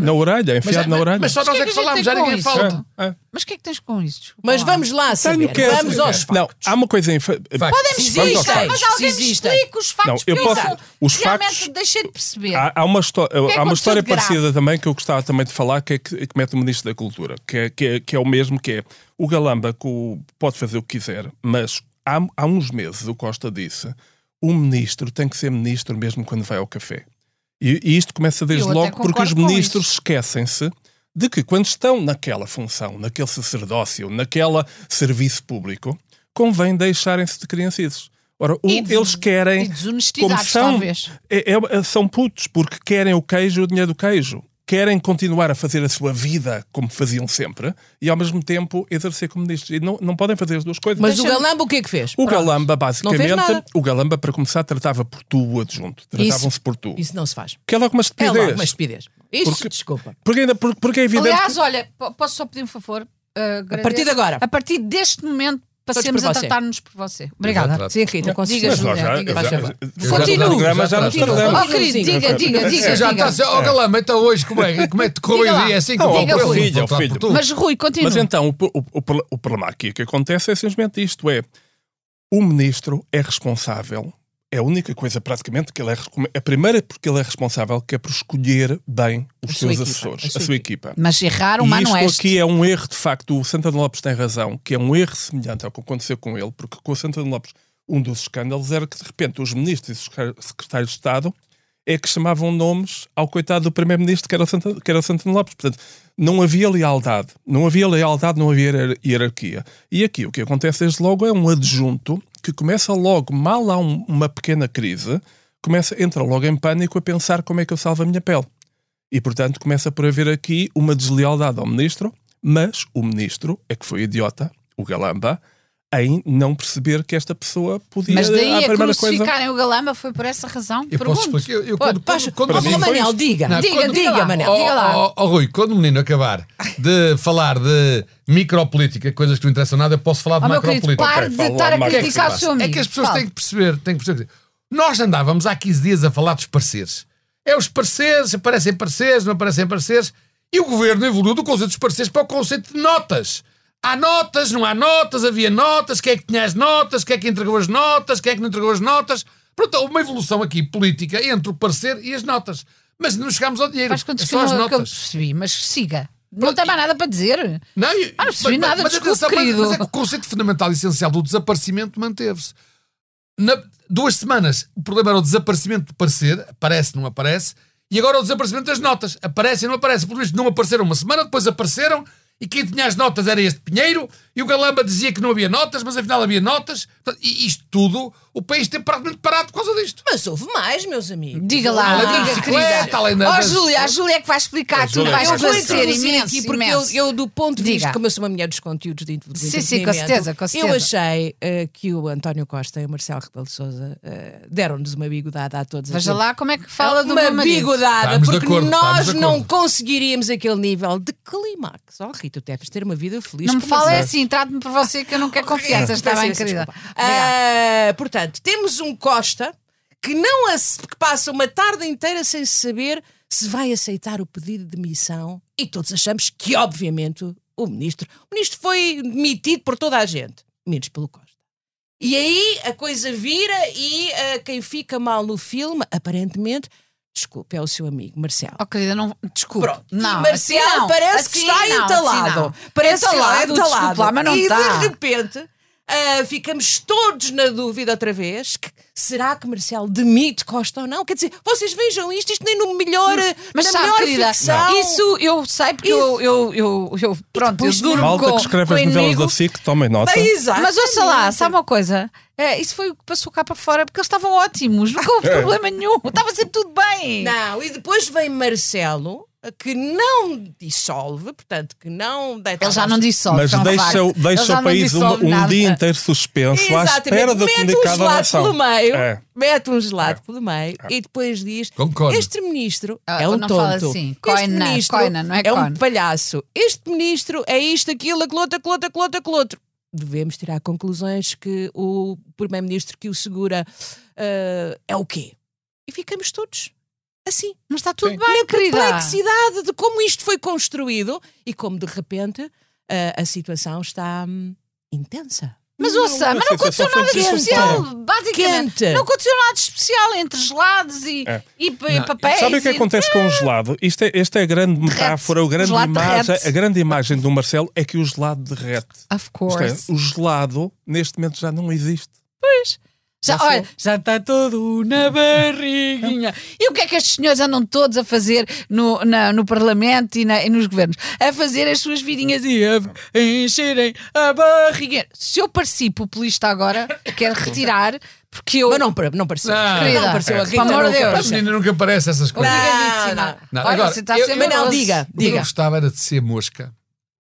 Speaker 1: na orelha, enfiado na orelha.
Speaker 4: Mas só
Speaker 3: Mas
Speaker 4: nós
Speaker 3: o que
Speaker 4: é
Speaker 3: é que
Speaker 4: que
Speaker 3: a gente
Speaker 4: falamos,
Speaker 3: tem
Speaker 4: já
Speaker 3: com
Speaker 4: ninguém
Speaker 3: isso?
Speaker 4: fala.
Speaker 1: É, é.
Speaker 3: Mas o que é que tens com isto?
Speaker 2: Mas
Speaker 3: Desculpa lá.
Speaker 2: vamos lá saber.
Speaker 1: que- é
Speaker 2: Vamos aos
Speaker 1: Não,
Speaker 2: factos.
Speaker 1: há uma coisa em. fa-
Speaker 4: Factos.
Speaker 2: Vamos aos
Speaker 3: Existem, mas
Speaker 2: factos.
Speaker 3: alguém me
Speaker 2: Existem.
Speaker 3: explica os factos.
Speaker 1: Não, eu
Speaker 3: que
Speaker 1: posso-
Speaker 3: sou-
Speaker 1: os
Speaker 3: Realmente
Speaker 1: factos-
Speaker 3: deixei de perceber.
Speaker 1: Há, há uma, histó-
Speaker 3: que é que
Speaker 1: há uma
Speaker 3: aconteceu
Speaker 1: história
Speaker 3: de grave?
Speaker 1: parecida também que eu gostava também de falar, que é que, que mete o Ministro da Cultura, que é, que, é, que é o mesmo que é o Galamba que o- pode fazer o que quiser, mas há, há uns meses o Costa disse o ministro tem que ser ministro mesmo quando vai ao café. E, e isto começa desde
Speaker 3: Eu até
Speaker 1: logo porque os
Speaker 3: concordo com
Speaker 1: ministros
Speaker 3: isso.
Speaker 1: esquecem-se de que quando estão naquela função, naquele sacerdócio, naquela serviço público, convém deixarem-se de criancices. Ora, o-
Speaker 3: E de-
Speaker 1: eles querem
Speaker 3: e desonestidades,
Speaker 1: como são,
Speaker 3: talvez.
Speaker 1: é- é- são putos porque querem o queijo e o dinheiro do queijo. Querem continuar a fazer a sua vida como faziam sempre e ao mesmo tempo exercer como ministros. E não, não podem fazer as duas coisas.
Speaker 2: Mas o Galamba o que é que fez?
Speaker 1: O
Speaker 2: Pronto.
Speaker 1: Galamba,
Speaker 2: Não fez nada.
Speaker 1: basicamente, o Galamba, para começar, tratava por tu o adjunto. Tratavam-se por tu.
Speaker 2: Isso não se faz.
Speaker 1: Que é logo uma
Speaker 2: É
Speaker 1: estupidez.
Speaker 2: logo uma estupidez. Isso,
Speaker 1: Porque-
Speaker 2: desculpa.
Speaker 1: Porque, ainda, porque, porque é evidente.
Speaker 3: Aliás, olha, po- posso só pedir um favor? Uh, agradeço.
Speaker 2: partir de agora.
Speaker 3: A partir deste momento, passemos
Speaker 2: por
Speaker 3: a
Speaker 2: você.
Speaker 3: tratar-nos por você.
Speaker 4: Eu já
Speaker 3: Obrigada.
Speaker 4: trato.
Speaker 2: Sim, Rita,
Speaker 1: que...
Speaker 2: consigas.
Speaker 1: Mas nós
Speaker 3: Juliana,
Speaker 1: já,
Speaker 3: diga,
Speaker 1: já,
Speaker 2: faz
Speaker 1: já,
Speaker 2: favor.
Speaker 1: já,
Speaker 3: Continua.
Speaker 1: no programa já É. nos
Speaker 4: Continua.
Speaker 1: tardamos.
Speaker 3: Oh, querido, diga, diga, diga.
Speaker 4: Eu já está a
Speaker 3: É. diga.
Speaker 4: dizer, ó Galamba, então hoje como é, como é que correu
Speaker 3: Diga
Speaker 4: o
Speaker 3: lá.
Speaker 4: dia? É assim que
Speaker 1: Não,
Speaker 4: vou-
Speaker 3: diga,
Speaker 4: eu
Speaker 3: Rui.
Speaker 4: vou falar por tu.
Speaker 3: Mas Rui, continua.
Speaker 1: Mas então, o, o- o- o problema aqui que acontece é simplesmente isto: é o ministro é responsável, é a única coisa praticamente que ele é. recome- A primeira, é porque ele é responsável, que é por escolher bem os
Speaker 2: sua
Speaker 1: seus
Speaker 2: equipa,
Speaker 1: assessores,
Speaker 2: a
Speaker 1: a
Speaker 2: sua
Speaker 1: sua, equipa.
Speaker 3: Mas errar
Speaker 1: E
Speaker 3: uma
Speaker 1: isto
Speaker 3: não é.
Speaker 1: aqui é um erro, de facto, o Santana Lopes tem razão, que é um erro semelhante ao que aconteceu com ele, porque com o Santana Lopes, um dos escândalos era que, de repente, os ministros e os secretários de Estado é que chamavam nomes ao coitado do primeiro-ministro, que, era o Santana- que era o Santana Lopes. Portanto, não havia lealdade. Não havia lealdade, não havia hier- hierarquia. E aqui o que acontece desde logo é um adjunto que começa logo, mal há um- uma pequena crise, começa, entra logo em pânico a pensar como é que eu salvo a minha pele. E, portanto, começa por haver aqui uma deslealdade ao ministro, mas o ministro é que foi idiota, o Galamba, em não perceber que esta pessoa podia...
Speaker 3: Mas
Speaker 1: à
Speaker 3: daí é a
Speaker 1: é primeira coisa-
Speaker 3: crucificarem o Galamba foi por essa razão.
Speaker 4: Eu posso
Speaker 3: Pergunto.
Speaker 4: explicar. Eu, eu,
Speaker 3: Pode,
Speaker 4: quando,
Speaker 2: Paz,
Speaker 4: quando, quando,
Speaker 2: ó,
Speaker 4: o menino-
Speaker 2: Manel, diga.
Speaker 4: Não,
Speaker 2: diga,
Speaker 4: quando-
Speaker 2: diga,
Speaker 3: diga,
Speaker 2: Manel.
Speaker 4: Ó,
Speaker 3: diga lá.
Speaker 4: ó, ó, Rui, quando o menino acabar de falar de micropolítica, coisas que não interessam nada, eu posso falar de
Speaker 3: Ó, meu querido,
Speaker 4: macropolítica.
Speaker 3: pare
Speaker 1: Ok,
Speaker 3: de
Speaker 1: fala lá,
Speaker 3: estar a
Speaker 1: Marco, o que é que se
Speaker 3: criticar o
Speaker 1: passa?
Speaker 3: seu amigo.
Speaker 4: É que as pessoas
Speaker 3: Fala.
Speaker 4: têm que perceber, têm que perceber. Nós andávamos há 15 dias a falar dos pareceres. É os pareceres, aparecem pareceres, não aparecem pareceres. E o governo evoluiu do conceito dos pareceres para o conceito de notas. Há notas, não há notas, havia notas, quem é que tinha as notas, quem é que entregou as notas, quem é que não entregou as notas. Pronto, houve uma evolução aqui política entre o parecer e as notas. Mas não chegámos ao dinheiro.
Speaker 3: Faz contas
Speaker 4: é
Speaker 3: que eu
Speaker 4: só as
Speaker 3: não que eu
Speaker 4: notas.
Speaker 3: percebi, mas siga. Não tem mais nada para dizer.
Speaker 4: Não, eu,
Speaker 3: Ah, não percebi nada, desculpe,
Speaker 4: mas-
Speaker 3: querido.
Speaker 4: Mas, é que o conceito fundamental e essencial do desaparecimento manteve-se. Na, duas semanas, o problema era o desaparecimento de parecer, aparece, não aparece, e agora o desaparecimento das notas, aparecem, não aparecem. Pelo visto, não apareceram uma semana, depois apareceram, e quem tinha as notas era este Pinheiro, e o Galamba dizia que não havia notas, mas afinal havia notas. Portanto, e isto tudo, o país tem praticamente parado por causa disto.
Speaker 2: Mas houve mais, meus amigos.
Speaker 3: Diga lá,
Speaker 4: Além da
Speaker 3: Ah, diga,
Speaker 4: bicicleta, além da-
Speaker 3: querida. Ó, Júlia, a Júlia é que vai explicar tudo,
Speaker 1: Júlia
Speaker 3: vai
Speaker 1: é que
Speaker 2: Eu vou
Speaker 1: vai
Speaker 3: esclarecer
Speaker 2: introduzir
Speaker 3: imenso.
Speaker 2: aqui, porque
Speaker 3: imenso.
Speaker 2: Eu, eu, do ponto de vista,
Speaker 3: Diga.
Speaker 2: como eu sou uma mulher dos conteúdos de do
Speaker 3: Sim, sim,
Speaker 2: entretenimento,
Speaker 3: com certeza, com certeza.
Speaker 2: Eu achei eh, que o António Costa e o Marcelo Rebelo de Souza deram-nos uma bigodada a todos. a
Speaker 3: Veja
Speaker 2: dizer,
Speaker 3: lá como é que fala do meu
Speaker 2: uma
Speaker 3: marido.
Speaker 2: bigodada,
Speaker 4: Estamos de
Speaker 2: porque
Speaker 4: acordo,
Speaker 2: nós
Speaker 4: estamos de
Speaker 2: não
Speaker 4: acordo.
Speaker 2: conseguiríamos aquele nível de clímax. Oh, Rita, tu deves ter uma vida feliz.
Speaker 3: Não me
Speaker 2: como
Speaker 3: fala
Speaker 2: nós.
Speaker 3: é assim, trate-me por você que eu não quero confiança, está
Speaker 2: Peço
Speaker 3: bem,
Speaker 2: imensa
Speaker 3: querida.
Speaker 2: desculpa.
Speaker 3: Obrigada.
Speaker 2: Ah, portanto, temos um Costa que não ace- que passa uma tarde inteira sem saber se vai aceitar o pedido de demissão e todos achamos que, obviamente, o ministro. O ministro foi demitido por toda a gente, menos pelo Costa. E aí a coisa vira e ah, quem fica mal no filme, aparentemente, desculpe, é o seu amigo Marcelo.
Speaker 3: Oh, querida, não, desculpe.
Speaker 2: Pronto.
Speaker 3: Não,
Speaker 2: e Marcelo
Speaker 3: assim não,
Speaker 2: parece que
Speaker 3: assim
Speaker 2: está
Speaker 3: não, assim
Speaker 2: entalado.
Speaker 3: não.
Speaker 2: Parece
Speaker 3: Entalado,
Speaker 2: que ele é entalado.
Speaker 3: desculpe lá, mas não
Speaker 2: e
Speaker 3: está.
Speaker 2: de repente ah, ficamos todos na dúvida outra vez. Que, será que Marcelo demite Costa ou não? Quer dizer, vocês vejam isto, isto nem no melhor,
Speaker 3: Hum, Mas
Speaker 2: na
Speaker 3: sabe,
Speaker 2: melhor
Speaker 3: querida,
Speaker 2: ficção.
Speaker 3: isso eu sei porque eu, eu, eu, eu- pronto, eu
Speaker 2: depois
Speaker 3: duro
Speaker 1: Malta
Speaker 3: com,
Speaker 1: que escreve
Speaker 3: com
Speaker 1: as novelas
Speaker 3: Enigo.
Speaker 1: da SIC, tomem nota.
Speaker 2: Bem, exato.
Speaker 3: Mas ouça lá, sabe uma coisa? É, isso foi o que passou cá para fora, porque eles estavam ótimos, nunca houve
Speaker 1: É.
Speaker 3: problema nenhum, estava sempre tudo bem.
Speaker 2: Não, e depois vem Marcelo, que não dissolve, portanto, que não deita
Speaker 3: Ele já
Speaker 2: abaixo.
Speaker 3: não dissolve.
Speaker 1: Mas
Speaker 3: é um
Speaker 1: deixa, o-
Speaker 3: facto. Ele
Speaker 1: deixa
Speaker 3: já
Speaker 1: o
Speaker 3: não
Speaker 1: país um,
Speaker 3: dissolve
Speaker 1: um
Speaker 3: nada.
Speaker 1: dia inteiro suspenso à
Speaker 2: Exatamente.
Speaker 1: espera da
Speaker 2: mete um
Speaker 1: comunicada da
Speaker 2: gelado
Speaker 1: nação.
Speaker 2: pelo meio,
Speaker 1: É.
Speaker 2: mete um gelado pelo meio e depois diz:
Speaker 4: Concordo.
Speaker 2: Este ministro
Speaker 3: Ah,
Speaker 2: é um
Speaker 3: não
Speaker 2: tonto.
Speaker 3: fala assim.
Speaker 2: este
Speaker 3: Coina,
Speaker 2: ministro
Speaker 3: coina, não é
Speaker 2: é um
Speaker 3: coina."
Speaker 2: palhaço. Este ministro é isto, aquilo, aquilo outro, aquilo outro, aquilo outro, aquilo outro. Devemos tirar conclusões que o primeiro-ministro que o segura ah, é o quê? E ficamos todos assim
Speaker 3: Mas está tudo
Speaker 4: Sim.
Speaker 3: bem, querida.
Speaker 2: complexidade de como isto foi construído e como de repente eh, a, a situação está hum, intensa.
Speaker 3: Mas ouça,
Speaker 1: Não, é
Speaker 3: mas
Speaker 1: a
Speaker 3: não aconteceu
Speaker 1: situação foi
Speaker 3: nada de especial,
Speaker 1: desnecessária.
Speaker 3: basicamente.
Speaker 2: Quente.
Speaker 3: Não aconteceu nada de especial entre gelados e,
Speaker 1: É.
Speaker 3: e, pa- e
Speaker 4: Não,
Speaker 3: papéis.
Speaker 1: Sabe o que
Speaker 3: e-
Speaker 1: acontece com o gelado? Isto é, esta é a grande metáfora, a grande,
Speaker 3: gelado
Speaker 1: imagem,
Speaker 3: derrete.
Speaker 1: a grande imagem do Marcelo é que o gelado derrete.
Speaker 3: Of
Speaker 1: Isto
Speaker 3: course.
Speaker 1: é, o gelado neste momento já não existe.
Speaker 3: Já,
Speaker 1: Passou.
Speaker 3: olha, já está todo na barriguinha. E o que é que estes senhores andam todos a fazer no, na- no Parlamento e, na- e nos governos? A fazer as suas vidinhas e a, a encherem a barriguinha. Se eu pareci populista agora, quero retirar, porque eu.
Speaker 2: Mas não, pa- não pareceu.
Speaker 4: Não.
Speaker 2: Querida,
Speaker 3: Querida,
Speaker 2: não pareceu a
Speaker 3: pelo
Speaker 2: Rita
Speaker 3: amor de
Speaker 2: nunca.
Speaker 3: Deus.
Speaker 4: A menina nunca aparece essas coisas.
Speaker 3: Ah, Obrigadíssima.
Speaker 2: Não,
Speaker 4: não.
Speaker 3: Olha,
Speaker 4: Agora,
Speaker 3: você tá está
Speaker 4: eu-
Speaker 3: a ser
Speaker 2: Mas não,
Speaker 3: amoroso.
Speaker 2: diga.
Speaker 4: O que eu gostava era de ser mosca.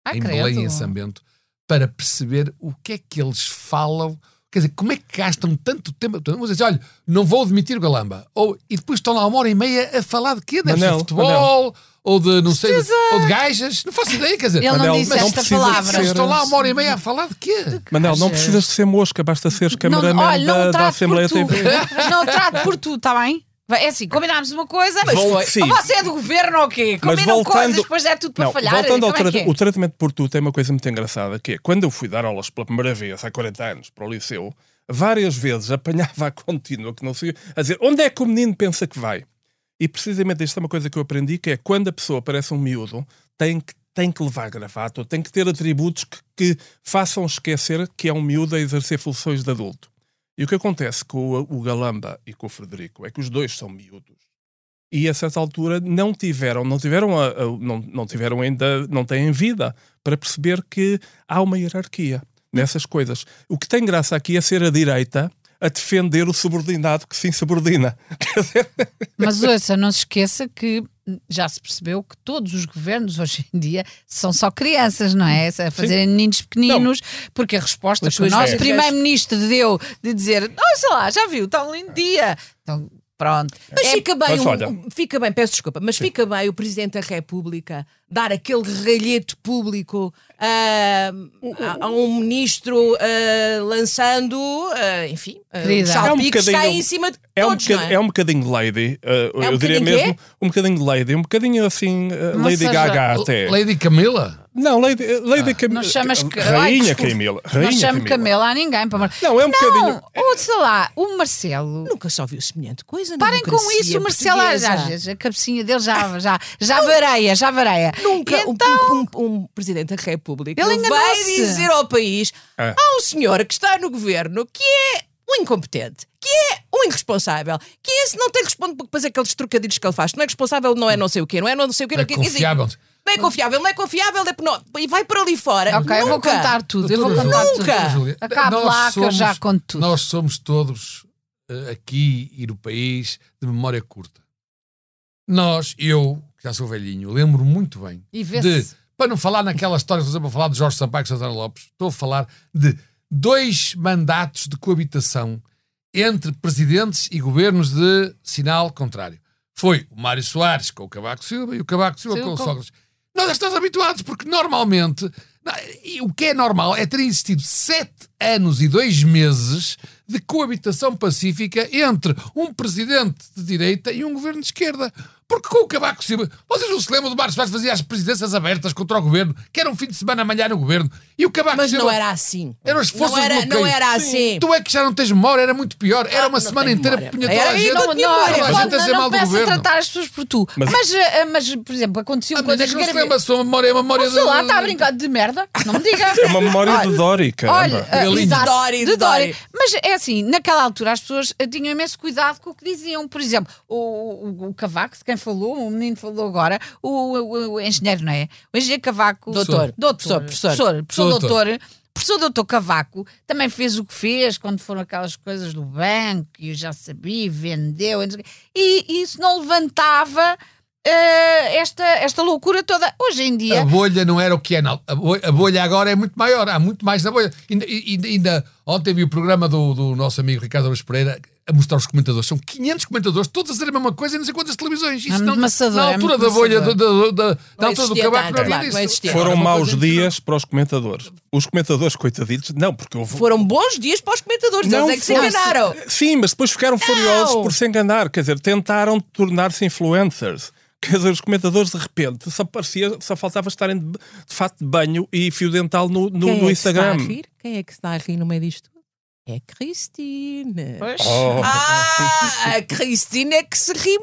Speaker 3: Ah,
Speaker 4: em
Speaker 3: credo.
Speaker 4: Belém e em São Bento para perceber o que é que eles falam. Quer dizer, como é que gastam tanto tempo? Vamos dizer, assim, olha, não vou demitir o Galamba. Ou, e depois estão lá uma hora e meia a falar de quê? Deve ser
Speaker 1: Manel,
Speaker 4: de futebol, ou de, não sei, de- ou de gajas. Não faço ideia, quer dizer.
Speaker 3: Ele não
Speaker 1: Manel,
Speaker 3: disse
Speaker 1: mas não
Speaker 3: esta
Speaker 1: precisa de
Speaker 3: palavra. Ah,
Speaker 1: ser-
Speaker 4: Eles estão lá uma hora e meia a falar de quê?
Speaker 1: Manel, não precisas de ser mosca, basta seres cameraman
Speaker 3: não, olha, não
Speaker 1: da,
Speaker 3: o
Speaker 1: da
Speaker 3: trato por
Speaker 1: Assembleia
Speaker 3: tu.
Speaker 1: TV.
Speaker 3: Não o trato por tu, está bem? Vai, É assim, combinámos uma coisa, mas
Speaker 1: Vol- sim.
Speaker 3: ou você é do governo ou quê?
Speaker 1: Mas
Speaker 3: Combinam
Speaker 1: voltando-
Speaker 3: coisas, depois é tudo para
Speaker 1: Não,
Speaker 3: falhar.
Speaker 1: Voltando ao
Speaker 3: Como é que
Speaker 1: tra-
Speaker 3: é?
Speaker 1: o tratamento por tu tem uma coisa muito engraçada, que é quando eu fui dar aulas pela primeira vez, há 40 anos, para o liceu, várias vezes apanhava a contínua que não sei, a dizer onde é que o menino pensa que vai? E precisamente isto é uma coisa que eu aprendi, que é quando a pessoa parece um miúdo, tem que, tem que levar gravata, ou tem que ter atributos que, que façam esquecer que é um miúdo a exercer funções de adulto. E o que acontece com o, o Galamba e com o Frederico é que os dois são miúdos e a certa altura não tiveram, não tiveram, a- a- não, não tiveram ainda, não têm vida para perceber que há uma hierarquia nessas coisas. O que tem graça aqui é ser a direita a defender o subordinado que se insubordina. Quer dizer,
Speaker 3: Mas ouça, não se esqueça que já se percebeu que todos os governos hoje em dia são só crianças, não é? A fazerem meninos pequeninos, porque a resposta
Speaker 1: Mas
Speaker 3: que o
Speaker 1: pois
Speaker 3: nosso
Speaker 1: é.
Speaker 3: primeiro-ministsto deu de dizer, oh, sei lá, já viu, está um lindo dia. Então, pronto.
Speaker 2: Mas fica bem,
Speaker 1: Mas
Speaker 2: um-
Speaker 1: olha-
Speaker 2: um- fica bem, peço desculpa, mas fica bem o Presidente da República dar aquele ralhete público ah, a, a um ministro ah, lançando, ah, enfim, ah,
Speaker 3: Querida.
Speaker 2: os
Speaker 3: É um
Speaker 2: salpicos cá
Speaker 1: bocadinho-
Speaker 2: em cima de
Speaker 1: é, um
Speaker 2: todos, não
Speaker 1: bocadinho, é um bocadinho lady, uh, eu
Speaker 2: bocadinho
Speaker 1: diria
Speaker 2: quê?
Speaker 1: mesmo, um bocadinho de lady, um bocadinho assim, uh,
Speaker 3: Não
Speaker 1: Lady
Speaker 3: seja- Ah.
Speaker 1: Gaga até.
Speaker 4: Lady Camila?
Speaker 1: Não, Lady, eh, Lady Cam- eh,
Speaker 3: Não chamas que- Ai,
Speaker 1: Rainha
Speaker 3: desculpe.
Speaker 1: Camila.
Speaker 3: não
Speaker 1: Rainha
Speaker 3: chamo
Speaker 1: Camila.
Speaker 3: Camela a ninguém. Para... amor-
Speaker 1: Não, é um bocadinho.
Speaker 3: Não, ouça lá, o Marcelo...
Speaker 2: Nunca só viu semelhante coisa. na
Speaker 3: um- Parem com
Speaker 2: democracia
Speaker 3: isso, o Marcelo às
Speaker 2: portuguesa.
Speaker 3: vezes a cabecinha dele já, já, já vareia, já vareia.
Speaker 2: Nunca
Speaker 3: E
Speaker 2: um-
Speaker 3: então,
Speaker 2: um, um- um presidente da República
Speaker 3: Ele
Speaker 2: vai
Speaker 3: enganou-se.
Speaker 2: dizer ao país:
Speaker 1: É.
Speaker 2: há um senhor que está no governo que é um incompetente, que é um irresponsável, que esse não tem responde por fazer aqueles trocadilhos que ele faz, não é responsável, não é não sei o quê, não é não sei o quê, não
Speaker 4: É
Speaker 2: é quer dizer,
Speaker 4: confiável.
Speaker 2: Não é confiável, não é confiável, é não, e vai por ali fora.
Speaker 3: Ok, eu vou
Speaker 2: Nunca.
Speaker 3: contar tudo, eu vou contar
Speaker 2: Nunca.
Speaker 3: tudo.
Speaker 4: Júlia,
Speaker 3: Acabe
Speaker 4: nós
Speaker 3: lá que eu já conto tudo.
Speaker 4: Nós somos todos eh, aqui e no país de memória curta. Nós, eu, que já sou velhinho, lembro muito bem
Speaker 3: E
Speaker 4: de,
Speaker 3: vê-se.
Speaker 4: para não falar naquela história que estou sempre a falar de Jorge Sampaio e Santana Lopes, estou a falar de dois mandatos de coabitação entre presidentes e governos de sinal contrário. Foi o Mário Soares com o Cabaco Silva e o Cabaco Silva
Speaker 3: Sim,
Speaker 4: com o
Speaker 3: com-
Speaker 4: Sócrates. Nós já estamos habituados, porque normalmente na- e o que é normal é ter existido sete anos e dois meses de coabitação pacífica entre um presidente de direita e um governo de esquerda. Porque com o Cavaco Silva, vocês não se lembram do Marcos Vaz fazia as presidências abertas contra o governo, que era um fim de semana a malhar no governo, e o Cavaco
Speaker 2: Mas
Speaker 4: Silva.
Speaker 2: não era assim.
Speaker 4: Eram as forças
Speaker 2: não era,
Speaker 4: bloqueios.
Speaker 2: não era assim.
Speaker 4: Tu é que já não tens memória, era muito pior. Era
Speaker 2: Ah, não
Speaker 4: uma semana
Speaker 2: tenho
Speaker 4: inteira
Speaker 2: memória.
Speaker 4: punha toda
Speaker 2: Era
Speaker 4: a
Speaker 2: aí,
Speaker 4: gente.
Speaker 2: não tinha memória.
Speaker 4: toda a
Speaker 2: Pode-
Speaker 4: gente a dizer mal do
Speaker 3: peço a
Speaker 4: governo.
Speaker 3: tratar as pessoas por tu. Mas,
Speaker 1: Mas-
Speaker 3: ah, mas, por exemplo, aconteciam
Speaker 4: Ah, mas é
Speaker 3: coisas
Speaker 4: que não se
Speaker 3: gravíssimas.
Speaker 4: lembra, a sua memória é uma memória
Speaker 3: Sei
Speaker 4: de-
Speaker 2: tá
Speaker 3: lá, está a brincar de merda. Não me diga.
Speaker 1: É uma memória de Dori,
Speaker 3: Olha,
Speaker 1: caramba.
Speaker 3: ah,
Speaker 4: Galinha.
Speaker 3: exato,
Speaker 2: eh, De Dori,
Speaker 3: de
Speaker 2: de
Speaker 3: Dori.
Speaker 2: Dori.
Speaker 3: Mas é assim, naquela altura as pessoas ah, tinham imenso cuidado com o que diziam. Por exemplo, o, o, o Cavaco, de quem falou, o menino falou agora, o, o- o engenheiro, não é? O engenheiro Cavaco.
Speaker 2: Doutor.
Speaker 3: Doutor.
Speaker 2: Professor, professor.
Speaker 3: Professor, professor
Speaker 4: Doutor.
Speaker 3: doutor. Professor doutor Cavaco também fez o que fez quando foram aquelas coisas do banco e eu já sabia, vendeu e não sei o quê. e, e isso não levantava eh, esta, esta loucura toda. Hoje em dia,
Speaker 4: A
Speaker 1: Ah,
Speaker 4: bolha não era o que é, não. A bolha, a bolha agora é muito maior, há muito mais na bolha. Ainda, ainda, ainda- ontem vi o programa do, do nosso amigo Ricardo Alves Pereira a mostrar os comentadores. São 500 comentadores, todos a dizer a mesma coisa em não sei quantas televisões. Isso
Speaker 3: muito
Speaker 4: não-
Speaker 3: maçador,
Speaker 4: na
Speaker 3: é
Speaker 4: altura
Speaker 3: muito
Speaker 4: da bolha, da,
Speaker 3: maçador.
Speaker 4: da, da- na altura do
Speaker 2: existia
Speaker 4: cabaco, não
Speaker 2: tanto,
Speaker 4: havia
Speaker 2: claro,
Speaker 4: disso.
Speaker 2: não existia.
Speaker 4: Era
Speaker 1: Foram
Speaker 4: uma
Speaker 1: maus
Speaker 4: coisa incrível.
Speaker 1: dias para os comentadores. Os comentadores, coitadinhos, não, porque houve.
Speaker 2: Foram bons dias para os comentadores.
Speaker 1: Não
Speaker 2: eles é que se
Speaker 1: foi-
Speaker 2: enganaram.
Speaker 1: Sim, mas depois ficaram furiosos por se enganar. Quer dizer, tentaram tornar-se influencers. Quer dizer, os comentadores de repente só, parecia, só faltava estarem de, de fato de banho e fio dental no, no,
Speaker 2: Quem
Speaker 1: no
Speaker 2: é que se está a
Speaker 1: Instagram.
Speaker 2: rir? Quem é que se está a rir no meio disto? tudo? É a Cristina.
Speaker 1: Oh.
Speaker 2: Ah, a Cristina é que se ri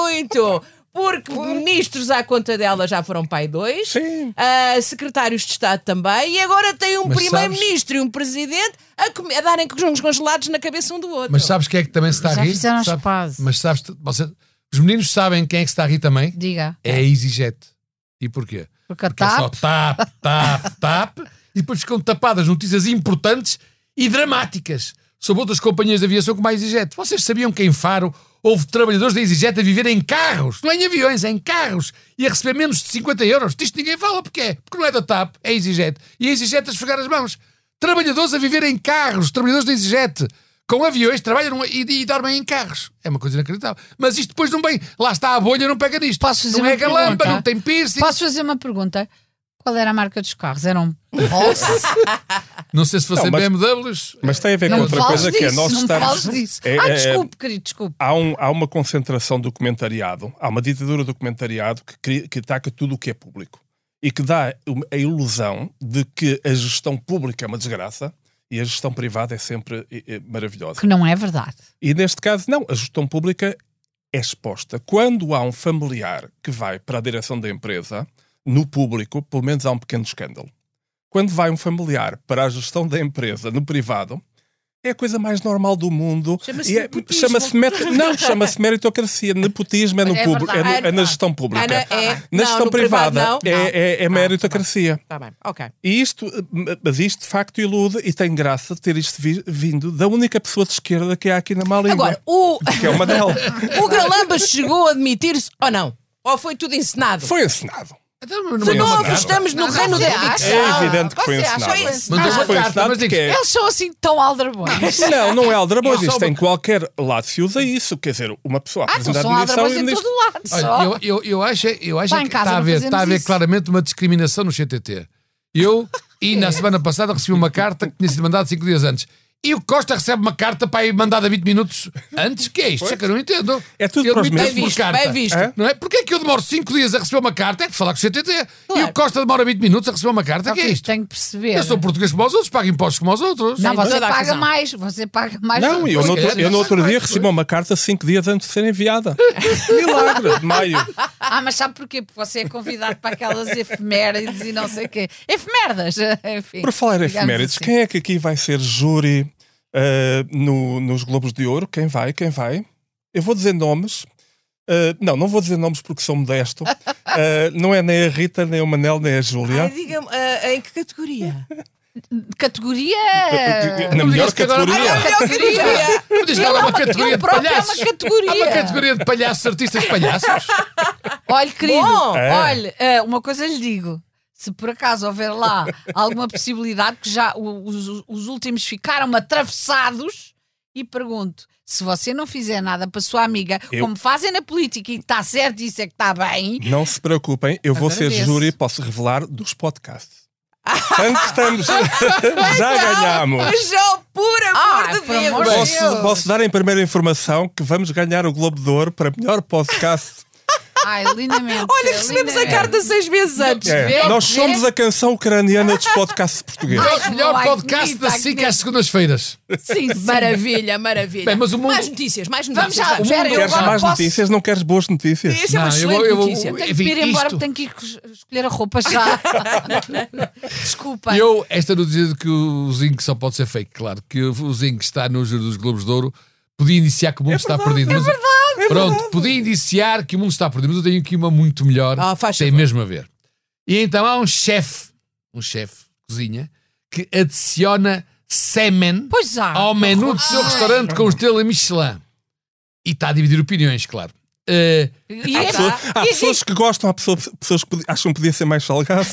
Speaker 2: muito. Porque ministros à conta dela já foram pai dois,
Speaker 1: Sim.
Speaker 2: ah, secretários de Estado também, e agora tem um
Speaker 4: Mas
Speaker 2: primeiro-ministro e um presidente a, come- a darem com uns congelados na cabeça um do outro.
Speaker 4: Mas sabes quem é que também se
Speaker 1: tá
Speaker 4: está a
Speaker 3: Já
Speaker 4: rir?
Speaker 3: fizeram as
Speaker 4: Sabes-
Speaker 3: pazes.
Speaker 4: Mas sabes, você- os meninos sabem quem é que se está a rir também?
Speaker 3: diga,
Speaker 4: É a EasyJet. E porquê?
Speaker 3: porque a
Speaker 4: Porque é só
Speaker 3: TAP
Speaker 4: tap, tap, tap, e depois ficam tapadas notícias importantes e dramáticas sobre outras companhias de aviação como a EasyJet. Vocês sabiam que em Faro houve trabalhadores da EasyJet a viver em carros, não é em aviões, é em carros, e a receber menos de 50 euros? Disto ninguém fala, porque é? Porque não é da TAP, é EasyJet. E a EasyJet a esfregar as mãos. Trabalhadores a viver em carros, trabalhadores da EasyJet. Com aviões, trabalham e, e dormem em carros. É uma coisa inacreditável. Mas isto depois não vem. Lá está a bolha, não pega nisto.
Speaker 3: Posso fazer
Speaker 4: não é
Speaker 3: uma
Speaker 4: galamba,
Speaker 3: pergunta?
Speaker 4: não tem piercing.
Speaker 3: Posso fazer uma pergunta? Qual era um a marca dos carros? Eram Porsche?
Speaker 4: Não sei se fossem
Speaker 1: Não, mas-
Speaker 4: BMWs.
Speaker 1: Mas tem a ver
Speaker 3: não
Speaker 1: com
Speaker 3: me
Speaker 1: outra
Speaker 3: fales
Speaker 1: coisa
Speaker 3: disso,
Speaker 1: que é nós
Speaker 3: não me
Speaker 1: estarmos.
Speaker 3: fales disso.
Speaker 1: É-
Speaker 3: ah,
Speaker 1: é-
Speaker 3: desculpe, querido, desculpe.
Speaker 1: Há, um- há uma concentração do comentariado, há uma ditadura do comentariado que, cri- que ataca tudo o que é público e que dá uma- a ilusão de que a gestão pública é uma desgraça e a gestão privada é sempre eh, eh, maravilhosa.
Speaker 3: Que não é verdade.
Speaker 1: E neste caso, não, a gestão pública é exposta. Quando há um familiar que vai para a direção da empresa, no público, pelo menos há um pequeno escândalo. Quando vai um familiar para a gestão da empresa, no privado, é a coisa mais normal do mundo.
Speaker 2: Chama-se
Speaker 1: E é-
Speaker 2: nepotismo.
Speaker 1: chama-se met- Não, chama-se meritocracia. Nepotismo é, no
Speaker 3: É
Speaker 1: público, é, no-
Speaker 2: verdade.
Speaker 1: é na gestão pública.
Speaker 2: Ah, na- é-
Speaker 1: na
Speaker 2: não,
Speaker 1: gestão
Speaker 2: no privado
Speaker 1: privada
Speaker 2: não.
Speaker 1: é-
Speaker 2: Não.
Speaker 1: é- é
Speaker 2: Ah,
Speaker 1: meritocracia.
Speaker 2: Está Tá bem, ok.
Speaker 1: E isto, eh, mas isto de facto ilude e tem graça de ter isto vi- vindo da única pessoa de esquerda que há aqui na má língua.
Speaker 2: Agora, o,
Speaker 1: Que é uma dela.
Speaker 2: o Galamba chegou a admitir-se ou não? Ou foi tudo ensinado?
Speaker 1: Foi ensinado.
Speaker 4: Então, não-
Speaker 2: De
Speaker 1: Foi
Speaker 4: não-
Speaker 2: novo,
Speaker 1: ensinado.
Speaker 2: estamos no
Speaker 3: é Não,
Speaker 2: reino
Speaker 3: você
Speaker 2: da
Speaker 3: acha?
Speaker 2: dicção.
Speaker 1: É evidente que foi
Speaker 2: Você acha
Speaker 1: ensinado.
Speaker 2: isso?
Speaker 4: Mandou uma
Speaker 1: Foi
Speaker 4: carta,
Speaker 1: ensinado
Speaker 4: mas
Speaker 1: porque
Speaker 4: digo,
Speaker 1: é.
Speaker 3: Eles são assim tão aldrabões.
Speaker 1: Não, não é aldrabões.
Speaker 4: Não, só
Speaker 1: Isto
Speaker 4: uma-
Speaker 1: em qualquer lado se usa isso. Quer dizer, uma pessoa
Speaker 3: Ah, não
Speaker 1: apresenta
Speaker 3: são
Speaker 1: a admissão
Speaker 3: aldrabões
Speaker 1: e
Speaker 3: em
Speaker 1: diz...
Speaker 3: todo lado. só.
Speaker 4: Olha, eu, eu, eu acho, eu acho é
Speaker 3: Lá em
Speaker 4: que
Speaker 3: casa
Speaker 4: está a
Speaker 3: não
Speaker 4: haver,
Speaker 3: fazemos
Speaker 4: está a haver
Speaker 3: isso.
Speaker 4: claramente uma discriminação no CTT. Eu, e na semana passada, recebi uma carta que tinha sido mandada cinco dias antes. E o Costa recebe uma carta para ir mandada 20 minutos antes? Que é isto? Isso é que eu não entendo.
Speaker 1: É tudo
Speaker 4: eu
Speaker 1: para os mesmos.
Speaker 4: demito-me
Speaker 2: Bem
Speaker 4: por
Speaker 2: visto,
Speaker 4: carta.
Speaker 2: bem visto.
Speaker 1: Hã?
Speaker 4: Não é? Porquê é que eu demoro cinco dias a receber uma carta? É que falar com o CTT. E o Costa demora 20 minutos a receber uma carta?
Speaker 3: Só
Speaker 4: que é
Speaker 3: que
Speaker 4: isto?
Speaker 3: Tenho que perceber.
Speaker 4: Eu sou português como os outros, pago impostos como os outros.
Speaker 3: Não, você
Speaker 2: toda a
Speaker 3: paga
Speaker 2: razão.
Speaker 3: mais. Você paga mais.
Speaker 1: Não, eu no, outro, eu no outro dia recebi uma carta cinco dias antes de ser enviada. Milagre de maio.
Speaker 3: Ah, mas sabe porquê? Porque você é convidado para aquelas efemérides e não sei o quê. Efemerdas, enfim.
Speaker 1: Por falar em
Speaker 3: digamos
Speaker 1: efemérides,
Speaker 3: assim.
Speaker 1: quem é que aqui vai ser júri ah, no- nos Globos de Ouro? Quem vai? Quem vai? Eu vou dizer nomes. Ah, não, não vou dizer nomes porque sou modesto. Ah, não é nem a Rita, nem o Manel, nem a Júlia.
Speaker 2: Ai, diga-me, ah, em que categoria?
Speaker 3: Categoria.
Speaker 1: Na melhor
Speaker 4: digas que agora-
Speaker 1: categoria.
Speaker 4: Ah,
Speaker 2: categoria!
Speaker 4: Não diz que
Speaker 3: Ele
Speaker 4: ela
Speaker 3: é
Speaker 4: é
Speaker 3: uma-
Speaker 4: uma categoria
Speaker 3: ele
Speaker 4: de
Speaker 3: próprio é uma
Speaker 4: palhaços.
Speaker 3: categoria.
Speaker 4: Há uma categoria de palhaços, artistas palhaços.
Speaker 3: Olha, querido,
Speaker 2: Bom.
Speaker 1: É.
Speaker 3: olha, eh, uma coisa lhe digo. Se por acaso houver lá alguma possibilidade, que já o- os, os últimos ficaram atravessados, e pergunto: se você não fizer nada para a sua amiga,
Speaker 1: Eu-
Speaker 3: como fazem na política e está certo, isso é que está bem,
Speaker 1: Não se preocupem, eu vou ser
Speaker 3: Agradeço.
Speaker 1: júri e posso revelar dos podcasts. Portanto, estamos. Já ganhámos.
Speaker 2: Mas Ah, já, por amor
Speaker 3: Ah,
Speaker 2: de
Speaker 3: por amor
Speaker 2: Deus!
Speaker 3: de
Speaker 1: Posso, posso dar em primeira informação que vamos ganhar o Globo de Ouro para melhor podcast
Speaker 3: Ai, lindamente.
Speaker 2: Olha, recebemos a
Speaker 3: lindamente.
Speaker 2: carta seis meses antes.
Speaker 1: É,
Speaker 3: Vê,
Speaker 1: Nós
Speaker 3: vê.
Speaker 1: somos a canção ucraniana dos podcasts portugueses.
Speaker 4: Melhor, É melhor
Speaker 3: Ai,
Speaker 4: podcast
Speaker 3: bonita,
Speaker 4: da SIC
Speaker 3: Agneta.
Speaker 4: às segundas-feiras.
Speaker 2: Sim, maravilha, maravilha.
Speaker 4: Bem, mas o mundo-
Speaker 2: Mais notícias, mais notícias.
Speaker 3: já,
Speaker 2: vamos.
Speaker 3: espera, eu
Speaker 1: Queres
Speaker 3: agora
Speaker 1: mais
Speaker 3: posso-
Speaker 1: notícias? Não queres boas notícias?
Speaker 2: Isso é uma
Speaker 4: Não, eu
Speaker 2: excelente
Speaker 4: vou- eu vou-
Speaker 2: notícia.
Speaker 3: Tenho que
Speaker 4: Enfim,
Speaker 3: ir embora,
Speaker 4: isto-
Speaker 3: porque tenho que ir cos- escolher a roupa já. Desculpa.
Speaker 4: E Eu, esta notícia de que o Zinho só pode ser fake, claro, que o Zinho que está no Júri dos Globos de Ouro podia iniciar que o mundo está perdido. É verdade, Pronto, podia iniciar que o mundo está perdido, mas eu tenho aqui uma muito melhor.
Speaker 2: Ah, faz
Speaker 4: tem
Speaker 2: favor.
Speaker 4: mesmo a ver. E então há um chefe, um chefe de cozinha, que adiciona semen
Speaker 3: Pois há.
Speaker 4: ao menu do seu restaurante com estrela Michelin. E está a dividir opiniões, claro. Eh,
Speaker 3: E,
Speaker 1: Há
Speaker 3: é-
Speaker 1: pessoas, há
Speaker 3: e-
Speaker 1: pessoas que gostam, há pessoas, pessoas que podi- acham que podia ser mais salgado.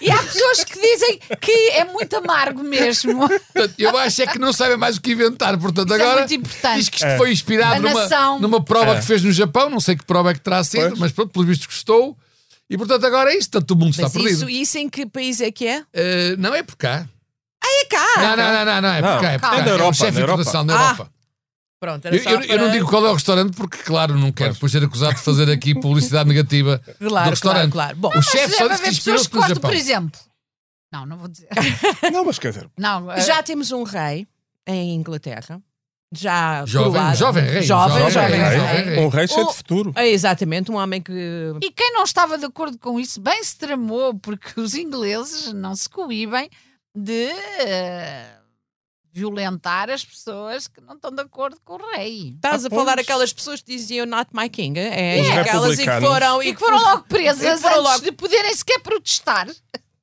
Speaker 3: e há pessoas que dizem que é muito amargo mesmo.
Speaker 4: Portanto, eu acho é que não sabem mais o que inventar. Portanto,
Speaker 3: Isso é
Speaker 4: agora
Speaker 3: muito importante.
Speaker 4: diz que isto foi
Speaker 3: A
Speaker 4: inspirado numa,
Speaker 3: nação.
Speaker 4: numa prova
Speaker 1: É.
Speaker 4: que fez no Japão. Não sei que prova é que terá sido,
Speaker 1: Pois.
Speaker 4: mas pronto, pelo visto gostou. E portanto, agora é isto. Portanto, o mundo está
Speaker 2: Mas
Speaker 4: perdido.
Speaker 2: isso, isso em que país é que é?
Speaker 4: Eh, não é por cá.
Speaker 2: É
Speaker 3: Ah,
Speaker 2: cá!
Speaker 4: Não, não, não, não, não, é
Speaker 1: Não,
Speaker 4: por cá. É, por
Speaker 1: calma.
Speaker 4: cá.
Speaker 1: É da
Speaker 4: um
Speaker 1: Europa,
Speaker 4: chefe
Speaker 1: da Europa.
Speaker 4: internacional na
Speaker 2: Ah,
Speaker 4: Europa.
Speaker 2: Pronto, era
Speaker 4: Eu,
Speaker 2: só
Speaker 4: eu- eu não
Speaker 2: para-
Speaker 4: digo qual é o restaurante porque, claro, não quero depois ser acusado de fazer aqui publicidade negativa do
Speaker 2: Claro, claro,
Speaker 4: restaurante.
Speaker 2: claro. Bom,
Speaker 4: O chefe
Speaker 3: Mas deve
Speaker 4: só disse que
Speaker 3: haver pessoas
Speaker 4: inspirou-se
Speaker 3: que
Speaker 4: no
Speaker 3: gostam,
Speaker 4: Japão.
Speaker 3: por exemplo. Não, não vou dizer.
Speaker 1: Não, mas quer dizer,
Speaker 3: Não, eh,
Speaker 2: já temos um rei em Inglaterra. Já
Speaker 4: Jovem,
Speaker 2: coroado.
Speaker 4: jovem rei,
Speaker 2: Jovem,
Speaker 4: jovem
Speaker 2: jovem
Speaker 1: rei,
Speaker 2: rei.
Speaker 4: rei.
Speaker 1: um rei cheio
Speaker 2: Oh.
Speaker 1: de futuro.
Speaker 2: É, exatamente, um homem que.
Speaker 3: E quem não estava de acordo com isso bem se tramou, porque os ingleses não se coíbem de eh, violentar as pessoas que não estão de acordo com o rei.
Speaker 2: Estás
Speaker 1: Ah,
Speaker 2: a falar
Speaker 1: pois.
Speaker 2: aquelas pessoas que diziam Not My King. É,
Speaker 1: Os
Speaker 2: aquelas e que
Speaker 1: republicanos.
Speaker 2: foram.
Speaker 3: E que foram logo presas
Speaker 2: e foram
Speaker 3: antes
Speaker 2: logo-
Speaker 3: de poderem sequer protestar.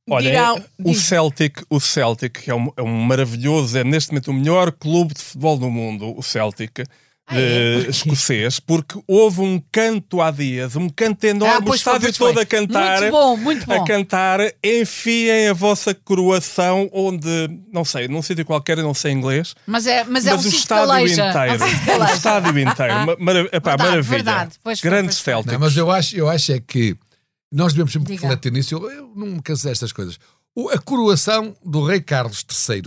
Speaker 1: Olha,
Speaker 2: Dirão-
Speaker 1: o
Speaker 2: diz-
Speaker 1: Celtic, o Celtic que é um, é um maravilhoso, é neste momento o melhor clube de futebol do mundo, o Celtic.
Speaker 3: Ah,
Speaker 1: eh,
Speaker 3: é?
Speaker 1: escocês, porque houve um canto há dias, um canto
Speaker 3: Ah,
Speaker 1: enorme, o
Speaker 3: pois foi,
Speaker 1: estádio
Speaker 3: pois foi.
Speaker 1: todo a cantar,
Speaker 3: Muito bom, muito bom.
Speaker 1: a cantar, enfiem a vossa coroação onde, não sei, num sítio qualquer, eu não sei inglês,
Speaker 3: Mas é, mas é um
Speaker 1: mas o
Speaker 3: sítio de
Speaker 1: estádio
Speaker 3: caleja. É um
Speaker 1: inteiro,
Speaker 3: sítio de
Speaker 1: o
Speaker 3: caleja.
Speaker 1: estádio inteiro, ma- mara- epá,
Speaker 3: Verdade,
Speaker 1: maravilha,
Speaker 3: verdade, pois foi,
Speaker 1: grandes
Speaker 3: pois foi.
Speaker 1: Celtics.
Speaker 4: Não, mas eu acho, eu acho é que nós devemos sempre
Speaker 3: Diga.
Speaker 4: refletir nisso. Eu, eu não me canso destas coisas. O- a coroação do rei Carlos III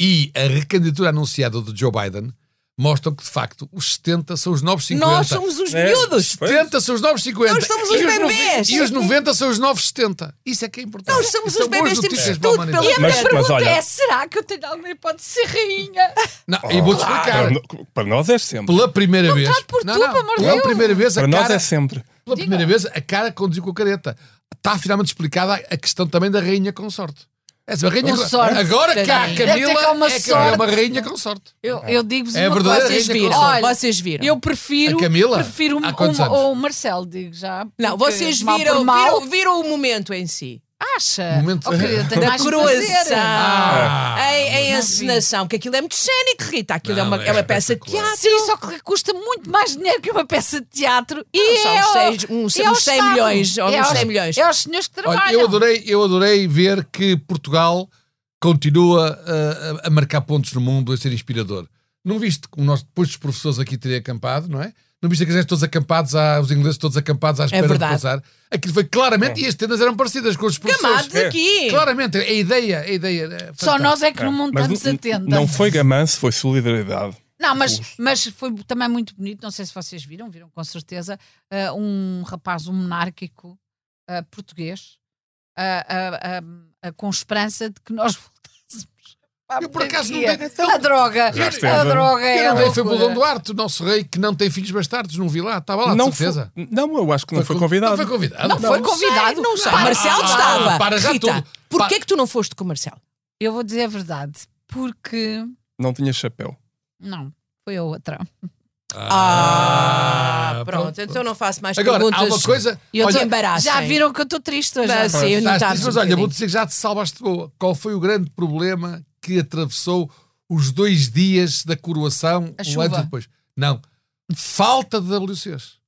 Speaker 4: e a recandidatura anunciada do Joe Biden mostram que, de facto, os 70 são os novos 50.
Speaker 2: Nós somos os
Speaker 1: É.
Speaker 2: miúdos!
Speaker 4: 70 são os novos 50.
Speaker 2: Nós somos os
Speaker 4: e no-
Speaker 2: bebés.
Speaker 4: E os 90 são os novos 70. Isso é que é importante.
Speaker 2: Nós somos
Speaker 4: E são
Speaker 2: os bebés,
Speaker 4: boas
Speaker 2: temos
Speaker 4: notícias
Speaker 2: tudo
Speaker 4: para a humanidade.
Speaker 3: E a minha
Speaker 1: Mas- mas
Speaker 3: pergunta
Speaker 1: olha-
Speaker 3: é: será que eu tenho alguma hipótese de ser rainha?
Speaker 4: Não, e vou-te explicar.
Speaker 1: Ah, Para- Para nós é sempre,
Speaker 4: Pela primeira vez.
Speaker 3: trate por tu, pelo amor de
Speaker 4: Pela
Speaker 3: Deus.
Speaker 4: primeira vez, a
Speaker 1: para nós
Speaker 4: cara
Speaker 1: é sempre.
Speaker 4: Pela
Speaker 3: Diga.
Speaker 4: primeira vez, a cara conduziu com a careta. Está finalmente explicada a questão também da rainha consorte. Essa é rainha
Speaker 3: Consorte.
Speaker 4: Agora cá, a
Speaker 2: Deve ter
Speaker 4: Camila
Speaker 3: cá uma
Speaker 4: é, que é
Speaker 3: sorte.
Speaker 4: uma rainha consorte.
Speaker 3: Eu, eu digo-vos
Speaker 4: É
Speaker 3: uma
Speaker 4: verdadeira
Speaker 3: coisa.
Speaker 2: Vocês
Speaker 4: Ainda
Speaker 2: viram,
Speaker 4: com-
Speaker 3: Olha,
Speaker 2: vocês viram.
Speaker 3: Eu prefiro.
Speaker 4: A Camila?
Speaker 3: Prefiro
Speaker 4: Há
Speaker 3: uma,
Speaker 4: quantos
Speaker 3: uma-
Speaker 4: anos?
Speaker 3: ou o Marcelo, digo já.
Speaker 2: Não,
Speaker 3: porque
Speaker 2: vocês
Speaker 3: mal por
Speaker 2: viram,
Speaker 3: mal,
Speaker 2: viram, viram o momento em si.
Speaker 3: Acha?
Speaker 4: Um Momento-
Speaker 3: Oh, querida, tenho
Speaker 2: Da
Speaker 3: mais que
Speaker 2: coroação.
Speaker 3: fazer.
Speaker 4: Ah.
Speaker 2: em em encenação, que aquilo é muito cénico, Rita. Aquilo é
Speaker 4: Não,
Speaker 2: uma,
Speaker 4: é
Speaker 2: é uma peça de
Speaker 4: espetacular.
Speaker 2: teatro.
Speaker 3: Ah, Sim, só que custa muito mais dinheiro que uma peça de teatro. E
Speaker 2: são
Speaker 3: é
Speaker 2: uns
Speaker 3: ao-
Speaker 2: seis- uns-
Speaker 3: é ao
Speaker 2: uns cem
Speaker 3: Estado.
Speaker 2: milhões, ou
Speaker 3: É
Speaker 2: uns
Speaker 3: aos-
Speaker 2: cem milhões.
Speaker 3: É aos senhores que trabalham.
Speaker 4: Olha, eu adorei, eu adorei ver que Portugal continua uh, a, a marcar pontos no mundo, a ser inspirador. Não viste como nós, depois dos professores aqui terem acampado, não é? Não viste aqueles gajos todos acampados, à- os ingleses todos acampados
Speaker 3: É
Speaker 4: à espera de
Speaker 2: verdade.
Speaker 4: passar? Aquilo foi claramente, e as tendas eram parecidas com os professores.
Speaker 2: Camados aqui.
Speaker 4: Claramente, a ideia, a ideia. é
Speaker 3: Só
Speaker 4: fantástica.
Speaker 3: nós é que não montamos
Speaker 1: Mas n-
Speaker 3: a tenda.
Speaker 1: Não foi gamanço, foi solidariedade.
Speaker 3: Não, mas, mas foi também muito bonito. Não sei se vocês viram, viram com certeza. eh, um rapaz, um monárquico eh, português, ah, ah, ah, ah, com esperança de que nós voltássemos. à
Speaker 4: Eu, por acaso, não
Speaker 3: monarquia.
Speaker 4: tenho- então-
Speaker 3: A droga.
Speaker 1: Já esteve.
Speaker 3: A droga é.
Speaker 4: Eu
Speaker 3: a
Speaker 4: não dei, foi
Speaker 3: loucura.
Speaker 4: Bolão Duarte, o nosso rei, que não tem filhos bastardos, não vi lá, estava lá, Oh, de
Speaker 1: não,
Speaker 4: certeza.
Speaker 1: foi- não, eu acho que não foi, convidado.
Speaker 4: Não foi convidado.
Speaker 3: Não foi convidado.
Speaker 2: Sei, não sei.
Speaker 3: Para-
Speaker 2: Marcelo
Speaker 4: Ah,
Speaker 2: estava.
Speaker 4: para já
Speaker 2: Rita,
Speaker 4: tudo.
Speaker 2: porquê
Speaker 4: Para-
Speaker 2: que tu não foste com o Marcelo?
Speaker 3: Eu vou dizer a verdade, porque.
Speaker 1: Não tinha chapéu.
Speaker 3: Não, foi a outra.
Speaker 2: Ah, pronto, então não faço mais
Speaker 4: Agora, há
Speaker 2: perguntas.
Speaker 4: uma coisa.
Speaker 2: E eu
Speaker 4: olha,
Speaker 2: te embaraço.
Speaker 3: Já viram que eu estou triste hoje.
Speaker 2: Mas,
Speaker 3: não é?
Speaker 2: sim, eu não
Speaker 4: estás
Speaker 2: estava
Speaker 4: triste, mas
Speaker 2: um
Speaker 4: olha, vou
Speaker 2: bocadinho.
Speaker 4: dizer que já te salvaste de boa. Qual foi o grande problema que atravessou os dois dias da coroação,
Speaker 3: A
Speaker 4: o
Speaker 3: chuva.
Speaker 4: antes e depois? Não. Falta de WCs.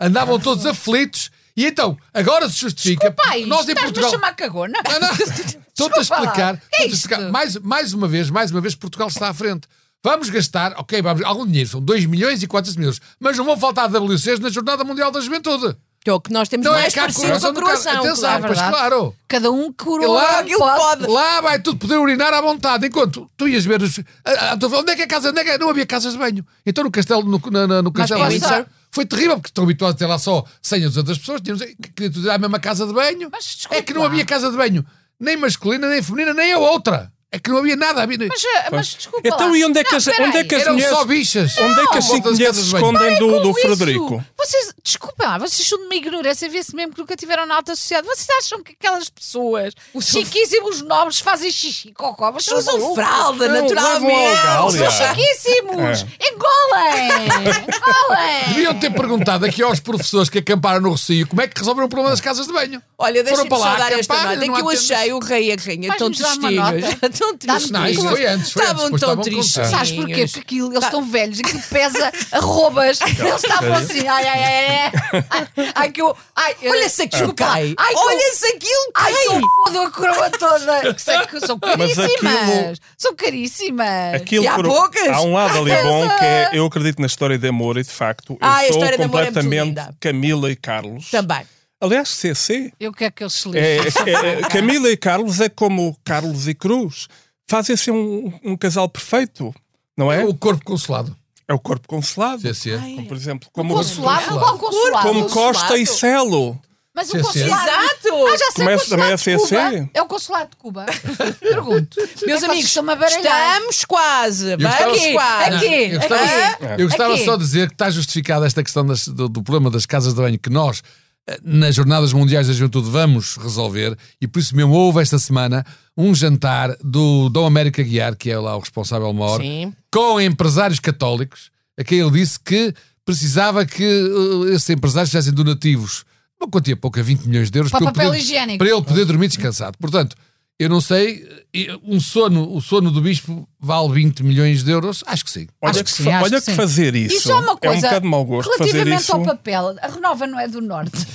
Speaker 4: Andavam todos aflitos. E então, agora se justifica.
Speaker 3: Pai,
Speaker 4: porque nós em
Speaker 3: estás-me
Speaker 4: Portugal.
Speaker 3: a chamar cagona?
Speaker 4: Não, não. Estou-te
Speaker 3: Desculpa
Speaker 4: a explicar.
Speaker 3: lá. Que é
Speaker 4: Estou-te a explicar.
Speaker 3: isto?
Speaker 4: Mais, mais uma vez, mais uma vez, Portugal está à frente. Vamos gastar, ok, vamos, algum dinheiro, são 2 milhões e 400 milhões, mas não vão faltar WCs na Jornada Mundial da Juventude.
Speaker 2: Que é o que nós temos
Speaker 4: Não
Speaker 2: mais
Speaker 4: é cá a
Speaker 2: parecido com
Speaker 4: coroação
Speaker 2: a
Speaker 4: do cara.
Speaker 2: coroação.
Speaker 4: Atenção,
Speaker 2: claro.
Speaker 4: mas
Speaker 3: É verdade.
Speaker 4: claro.
Speaker 3: Cada um coroa.
Speaker 4: Lá-
Speaker 3: o que pode.
Speaker 4: Lá vai tudo poder urinar à vontade. Enquanto tu ias ver. Os, a, a, a tua- onde é que é a casa? Onde é que é? Não havia casas de banho. Então no castelo. No, na- na- no castelo
Speaker 3: posso-
Speaker 4: de Windsor, Foi terrível, porque estão habituados a ter lá só 100 ou 200 pessoas, tínhamos eh, que queria tudo ir à mesma casa de banho.
Speaker 3: Mas desculpa
Speaker 4: é que não
Speaker 3: lá.
Speaker 4: havia casa de banho, nem masculina, nem feminina, nem a outra. É que não havia nada. Havia...
Speaker 3: Mas, ah, mas desculpa.
Speaker 1: Então,
Speaker 3: lá.
Speaker 1: e onde é que
Speaker 3: Não,
Speaker 1: as, onde é
Speaker 3: peraí.
Speaker 1: que as
Speaker 4: Eram
Speaker 1: mulheres.
Speaker 4: só bichas.
Speaker 1: Onde é que as
Speaker 4: Não,
Speaker 1: cinco
Speaker 4: voltas
Speaker 1: mulheres
Speaker 4: de
Speaker 1: se
Speaker 4: casas bem.
Speaker 1: escondem
Speaker 3: com
Speaker 1: do, do
Speaker 3: É isso.
Speaker 1: Frederico?
Speaker 3: Vocês, desculpem lá, vocês são de uma ignorância, vê-se mesmo que nunca tiveram na alta sociedade. Vocês acham que aquelas pessoas, os chiquíssimos nobres, fazem xixi e cocó? Vocês
Speaker 2: Não
Speaker 3: são
Speaker 2: usam
Speaker 3: malucos?
Speaker 2: fralda,
Speaker 1: Não, levam ao
Speaker 2: naturalmente.
Speaker 1: galo.
Speaker 3: São
Speaker 1: Aliás.
Speaker 3: chiquíssimos!
Speaker 1: É.
Speaker 3: Engolem! Engolem!
Speaker 4: Deviam ter perguntado aqui aos professores que acamparam no Rocio como é que resolveram o problema das casas de banho.
Speaker 2: Olha,
Speaker 4: Foram
Speaker 2: deixa-me
Speaker 4: para lá
Speaker 2: só dar esta
Speaker 4: acampar,
Speaker 2: nota. É
Speaker 4: não
Speaker 2: que eu
Speaker 4: há tempo.
Speaker 2: achei o rei e a rainha tão
Speaker 3: Vais-nos dar uma
Speaker 2: tristinhos.
Speaker 3: nota?
Speaker 2: Tão tristinhos.
Speaker 4: Não, isto foi antes, foi antes,
Speaker 2: Estavam
Speaker 4: depois
Speaker 2: tão
Speaker 4: estavam
Speaker 2: tristinhos.
Speaker 4: contentes.
Speaker 3: Sabes porquê? Porque aquilo, eles estão velhos, aquilo pesa arrobas. Eles estavam assim, ai, ai, ai, ai, ai, ai, que eu. Ai, eu-
Speaker 2: Olha se aquilo
Speaker 3: desculpa.
Speaker 2: cai.
Speaker 3: Ai, que eu-
Speaker 2: Olha se aquilo
Speaker 3: Ai,
Speaker 2: cai.
Speaker 3: eu fodo a coroa toda! Que sei que são
Speaker 1: Mas
Speaker 3: caríssimas!
Speaker 1: aquilo-
Speaker 3: São caríssimas!
Speaker 1: Aquilo
Speaker 2: E há
Speaker 1: por-
Speaker 2: poucas?
Speaker 1: há um lado ali
Speaker 3: Mas,
Speaker 1: bom
Speaker 3: ah,
Speaker 1: que é eu acredito na história de amor e de facto eu
Speaker 2: Ah, a
Speaker 1: sou
Speaker 2: história de amor é muito
Speaker 1: completamente
Speaker 2: linda.
Speaker 1: Camila e Carlos.
Speaker 2: Também.
Speaker 1: Aliás, CC
Speaker 3: Eu quero que eles se
Speaker 1: é,
Speaker 3: lixem.
Speaker 1: é- é- Camila e Carlos é como Carlos e Cruz. Fazem-se um, um casal perfeito, não é?
Speaker 4: O corpo consolado.
Speaker 1: É o corpo consolado.
Speaker 4: CC.
Speaker 1: Como, por exemplo, como,
Speaker 3: Consulado, não vale consulado.
Speaker 1: como Costa e Celo.
Speaker 3: Mas
Speaker 4: Sim,
Speaker 3: o
Speaker 4: sim.
Speaker 3: consulado.
Speaker 2: Exato.
Speaker 3: Ah, já sei,
Speaker 1: Começa
Speaker 3: o consulado
Speaker 1: também a
Speaker 3: de
Speaker 1: ser
Speaker 3: Cuba
Speaker 1: sério.
Speaker 3: É o consulado de Cuba. Pergunto.
Speaker 2: Meus
Speaker 3: É que
Speaker 2: amigos,
Speaker 3: vocês estão-me a baralhar.
Speaker 2: estamos quase. Bem,
Speaker 4: gostava-
Speaker 2: aqui,
Speaker 3: Aqui,
Speaker 2: quase.
Speaker 4: Não, eu gostava,
Speaker 3: aqui,
Speaker 4: eu gostava
Speaker 3: aqui.
Speaker 4: só de dizer que está justificada esta questão das- do, do problema das casas de banho que nós, eh, nas Jornadas Mundiais da Juventude, vamos resolver. E por isso mesmo houve esta semana um jantar do Dom América Guiar, que é lá o responsável maior,
Speaker 2: Sim.
Speaker 4: com empresários católicos, a quem ele disse que precisava que eh, esses empresários fizessem donativos, uma quantia pouca, 20 milhões de euros,
Speaker 3: Para
Speaker 4: ele
Speaker 3: papel
Speaker 4: poder-
Speaker 3: higiênico.
Speaker 4: para ele poder dormir descansado. Portanto, eu não sei, eh, um sono, o sono do bispo vale 20 milhões de euros? Acho que sim.
Speaker 1: Olha é
Speaker 3: Acho
Speaker 1: que,
Speaker 3: que sim,
Speaker 1: fa-
Speaker 3: acho
Speaker 1: olha
Speaker 3: que
Speaker 1: que
Speaker 3: sim.
Speaker 1: fazer isso.
Speaker 3: Isso é uma coisa.
Speaker 1: um bocado de mau gosto fazer
Speaker 3: Relativamente
Speaker 1: isso.
Speaker 3: ao papel, a renova não é do norte.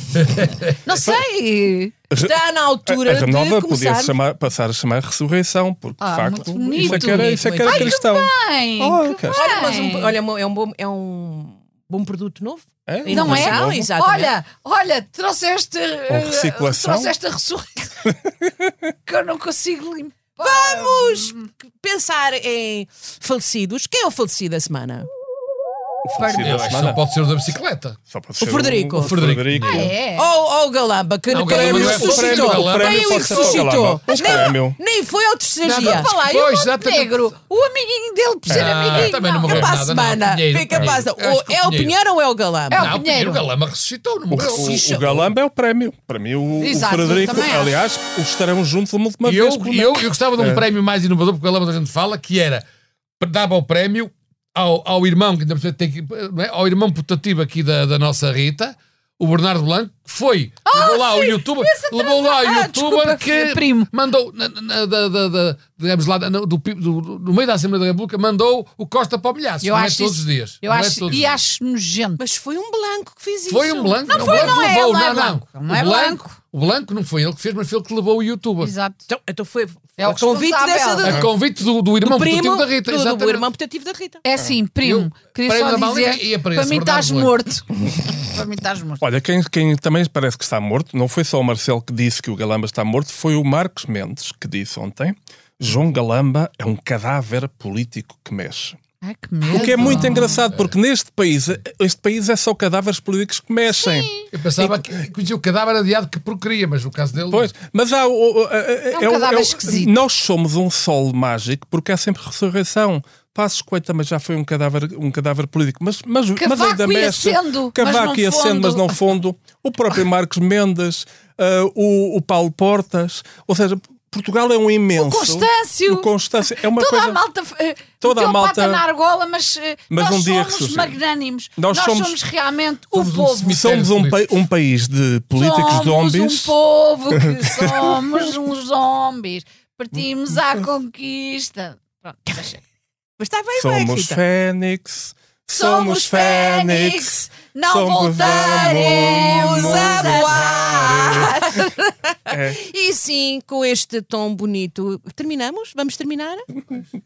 Speaker 3: não sei.
Speaker 2: Está na altura
Speaker 1: A Renova podia
Speaker 2: de começar.
Speaker 1: se chamar, passar a chamar Ressurreição, porque
Speaker 3: Ah,
Speaker 1: de facto
Speaker 3: muito
Speaker 1: isso é que
Speaker 2: bonito.
Speaker 1: era, isso é que era
Speaker 2: Ai, que
Speaker 1: cristão.
Speaker 3: Bem,
Speaker 1: Oh,
Speaker 3: que
Speaker 1: ok.
Speaker 2: Olha, mas
Speaker 3: bem.
Speaker 2: um, olha, é um- é um bom, é um bom produto novo.
Speaker 1: É,
Speaker 2: Não
Speaker 3: Não é?
Speaker 2: Inovação,
Speaker 1: novo.
Speaker 2: exatamente.
Speaker 3: Olha, olha, trouxeste. eh,
Speaker 1: reciclação.
Speaker 3: Trouxeste a ressurreição. que eu não consigo limpar.
Speaker 2: Vamos
Speaker 3: Uhum.
Speaker 2: pensar em falecidos. Quem é o falecido da semana?
Speaker 1: O falecido da
Speaker 4: Eu acho que
Speaker 1: é semana.
Speaker 4: só pode ser o da bicicleta.
Speaker 1: Só pode ser
Speaker 2: Frederico.
Speaker 1: O Frederico.
Speaker 3: Ah, é?
Speaker 2: Ou, ou o Galamba, que
Speaker 4: Não, o
Speaker 2: também
Speaker 4: Galamba não é
Speaker 2: ressuscitou.
Speaker 4: o prémio, o
Speaker 1: prémio
Speaker 2: Veio e
Speaker 1: pode ser o
Speaker 2: ressuscitou.
Speaker 1: Galamba. Mas prémio.
Speaker 2: Nem, nem foi ao terceiro
Speaker 4: Não,
Speaker 2: dia.
Speaker 4: não,
Speaker 3: Olha lá, e o
Speaker 4: Pois,
Speaker 3: Montenegro, o amiguinho dele por ser
Speaker 4: Ah,
Speaker 3: amiguinho.
Speaker 4: também não me
Speaker 3: não.
Speaker 2: É
Speaker 4: lembro.
Speaker 2: para a
Speaker 4: Nada, não,
Speaker 2: semana.
Speaker 4: Pinheiro,
Speaker 2: Fica para a
Speaker 4: Pinheiro.
Speaker 2: semana.
Speaker 4: Acho
Speaker 2: Ou
Speaker 4: que o
Speaker 2: É o
Speaker 4: Pinheiro.
Speaker 2: Pinheiro ou é o Galamba?
Speaker 3: É o
Speaker 4: Não, o
Speaker 3: Pinheiro.
Speaker 4: Pinheiro Galamba ressuscitou, não
Speaker 1: O,
Speaker 4: morreu.
Speaker 1: o, o Galamba é o prémio. Para mim, o, o
Speaker 3: Exato,
Speaker 1: Frederico.
Speaker 3: também acho.
Speaker 1: Aliás, os estarão juntos uma última
Speaker 4: E eu,
Speaker 1: vez. pelo menos.
Speaker 4: eu, eu gostava de um prémio mais inovador, porque o Galamba a gente fala, que era dava o prémio ao, ao irmão, que ainda por cima tem que, não é? ao irmão putativo aqui da, da nossa Rita, o Bernardo Blanco, que foi,
Speaker 3: Oh,
Speaker 4: levou lá o youtuber, levou lá o
Speaker 3: Ah,
Speaker 4: youtuber
Speaker 3: desculpa,
Speaker 4: que
Speaker 3: primo.
Speaker 4: mandou, na, na- da, da, da- digamos lá, na- do, pi- do- do- no meio da Assembleia da República, mandou o Costa para o milhaço.
Speaker 3: Eu
Speaker 4: não
Speaker 3: acho
Speaker 4: é todos
Speaker 3: isso-
Speaker 4: os dias.
Speaker 3: Eu
Speaker 4: não é
Speaker 3: acho,
Speaker 4: todos os
Speaker 3: e
Speaker 4: dias.
Speaker 3: acho nojento.
Speaker 2: Mas foi um blanco que fez isso.
Speaker 4: Foi um blanco.
Speaker 3: foi,
Speaker 4: o blanco
Speaker 3: não é,
Speaker 4: levou,
Speaker 3: ele não é
Speaker 4: não,
Speaker 3: blanco. Ele não é
Speaker 4: O
Speaker 3: blanco.
Speaker 4: O blanco não foi ele que fez, mas foi ele que levou o youtuber.
Speaker 3: Exato.
Speaker 2: Então, então foi
Speaker 3: É o
Speaker 2: o convite dessa
Speaker 3: responsável.
Speaker 2: do,
Speaker 4: A É convite do, do
Speaker 2: do
Speaker 4: irmão
Speaker 2: primo
Speaker 4: putativo da Rita.
Speaker 2: do- do
Speaker 4: exatamente.
Speaker 2: irmão putativo da Rita.
Speaker 3: É assim, primo,
Speaker 4: Eu-
Speaker 3: queria
Speaker 4: para ele
Speaker 3: só
Speaker 4: na mala
Speaker 3: dizer,
Speaker 4: e- e aparece
Speaker 3: para mim
Speaker 4: Bernardo
Speaker 3: estás
Speaker 4: Blanco.
Speaker 3: morto. para mim estás morto.
Speaker 1: Olha, quem, quem também parece que está morto, não foi só o Marcelo que disse que o Galamba está morto, foi o Marcos Mendes que disse ontem: João Galamba é um cadáver político que mexe.
Speaker 3: Ai, que medo.
Speaker 1: O que é muito engraçado, porque neste país, este país é só cadáveres políticos que mexem.
Speaker 4: Eu pensava que conhecia o cadáver adiado que procria, mas no caso dele.
Speaker 1: Pois, mas há. o- o- a- a-
Speaker 3: um cadáver esquisito.
Speaker 1: Nós somos um sol mágico porque há sempre ressurreição. Passos Coelho também já foi um cadáver, um cadáver político, mas, mas, mas
Speaker 3: Cavaco
Speaker 1: ainda
Speaker 3: ia
Speaker 1: mexe.
Speaker 3: sendo, mas
Speaker 1: Cavaco
Speaker 3: não
Speaker 1: ia sendo,
Speaker 3: fundo.
Speaker 1: mas não fundo. O próprio Marcos Mendes, ah, o, o Paulo Portas. Ou seja, Portugal é um imenso. O
Speaker 3: Constâncio.
Speaker 1: O Constâncio. É uma
Speaker 3: Toda
Speaker 1: coisa.
Speaker 3: a malta eh,
Speaker 1: toda a
Speaker 3: meteu
Speaker 1: malta-
Speaker 3: pata na argola, mas, eh,
Speaker 1: Mas
Speaker 3: nós
Speaker 1: um dia
Speaker 3: somos
Speaker 1: ressuscita.
Speaker 3: magnânimos.
Speaker 1: Nós
Speaker 3: Nós,
Speaker 1: somos-
Speaker 3: somos, realmente
Speaker 4: Somos
Speaker 3: o
Speaker 4: um
Speaker 3: povo.
Speaker 4: Smith
Speaker 1: Somos um, pa- um país de políticos
Speaker 3: somos
Speaker 1: zombies.
Speaker 3: um povo que somos uns zombies. Partimos à conquista. Pronto, já chega.
Speaker 2: Mas está bem, bem,
Speaker 1: Somos
Speaker 2: Rita.
Speaker 1: Fênix.
Speaker 3: é, Somos
Speaker 1: Fênix.
Speaker 3: Fênix, não
Speaker 1: Somos
Speaker 3: voltaremos
Speaker 1: vamos
Speaker 3: a voar.
Speaker 1: É.
Speaker 2: E sim, com este tom bonito, terminamos? Vamos terminar?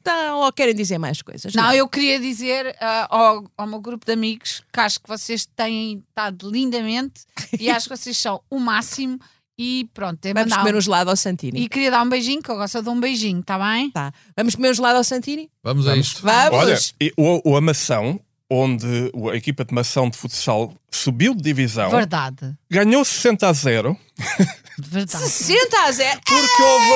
Speaker 2: Tá, ou querem dizer mais coisas?
Speaker 3: Não, eu queria dizer ah, ao, ao meu grupo de amigos que acho que vocês têm estado lindamente e acho que vocês são o máximo. E pronto, é
Speaker 2: Vamos
Speaker 3: mandar
Speaker 2: comer
Speaker 3: um-
Speaker 2: um gelado ao Santini.
Speaker 3: E queria dar um beijinho, que eu gosto de um beijinho, está bem?
Speaker 2: Tá. Vamos comer um gelado ao Santini?
Speaker 4: Vamos a isto.
Speaker 2: Vamos!
Speaker 1: Olha, e o, o Amação, onde a equipa de mação de futsal subiu de divisão,
Speaker 3: Verdade.
Speaker 1: ganhou 60 a 0,
Speaker 3: Verdade.
Speaker 2: 60 a 0.
Speaker 1: porque houve,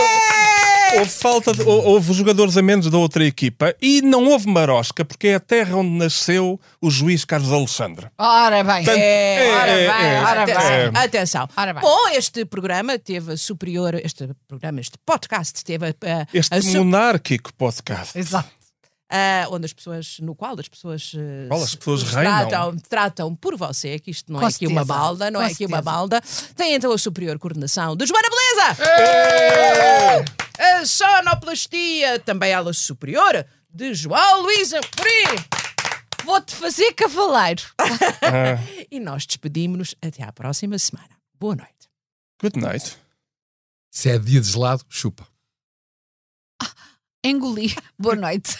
Speaker 1: houve falta de- hou- houve jogadores a menos da outra equipa e não houve marosca, porque é a terra onde nasceu o juiz Carlos Alexandre.
Speaker 3: Ora bem. é
Speaker 1: Portanto,
Speaker 3: ora
Speaker 1: é,
Speaker 3: bem, ora
Speaker 2: Atenção,
Speaker 3: bem.
Speaker 2: atenção.
Speaker 3: Ora bem.
Speaker 2: Bom, este programa teve a superior, este programa, este podcast teve a, a-
Speaker 1: Este
Speaker 2: a su-
Speaker 1: monárquico podcast.
Speaker 3: Exato.
Speaker 2: a- onde as pessoas, no qual as pessoas, eh,
Speaker 1: Qual as
Speaker 2: se-
Speaker 1: pessoas
Speaker 2: se
Speaker 1: reinam.
Speaker 2: tratam, tratam por você, que isto não
Speaker 3: Com
Speaker 2: é aqui uma
Speaker 3: certeza,
Speaker 2: balda, não
Speaker 3: com
Speaker 2: é aqui uma
Speaker 3: certeza.
Speaker 2: balda. Tem então a superior coordenação de Joana Beleza,
Speaker 1: É!
Speaker 2: a sonoplastia, também ela superior, de João Luís Amorim.
Speaker 3: Vou-te fazer cavaleiro.
Speaker 1: Ah,
Speaker 2: E nós despedimos-nos até à próxima semana. Boa noite.
Speaker 1: good night.
Speaker 4: Se é dia de gelado, chupa.
Speaker 3: Engoli. Boa noite.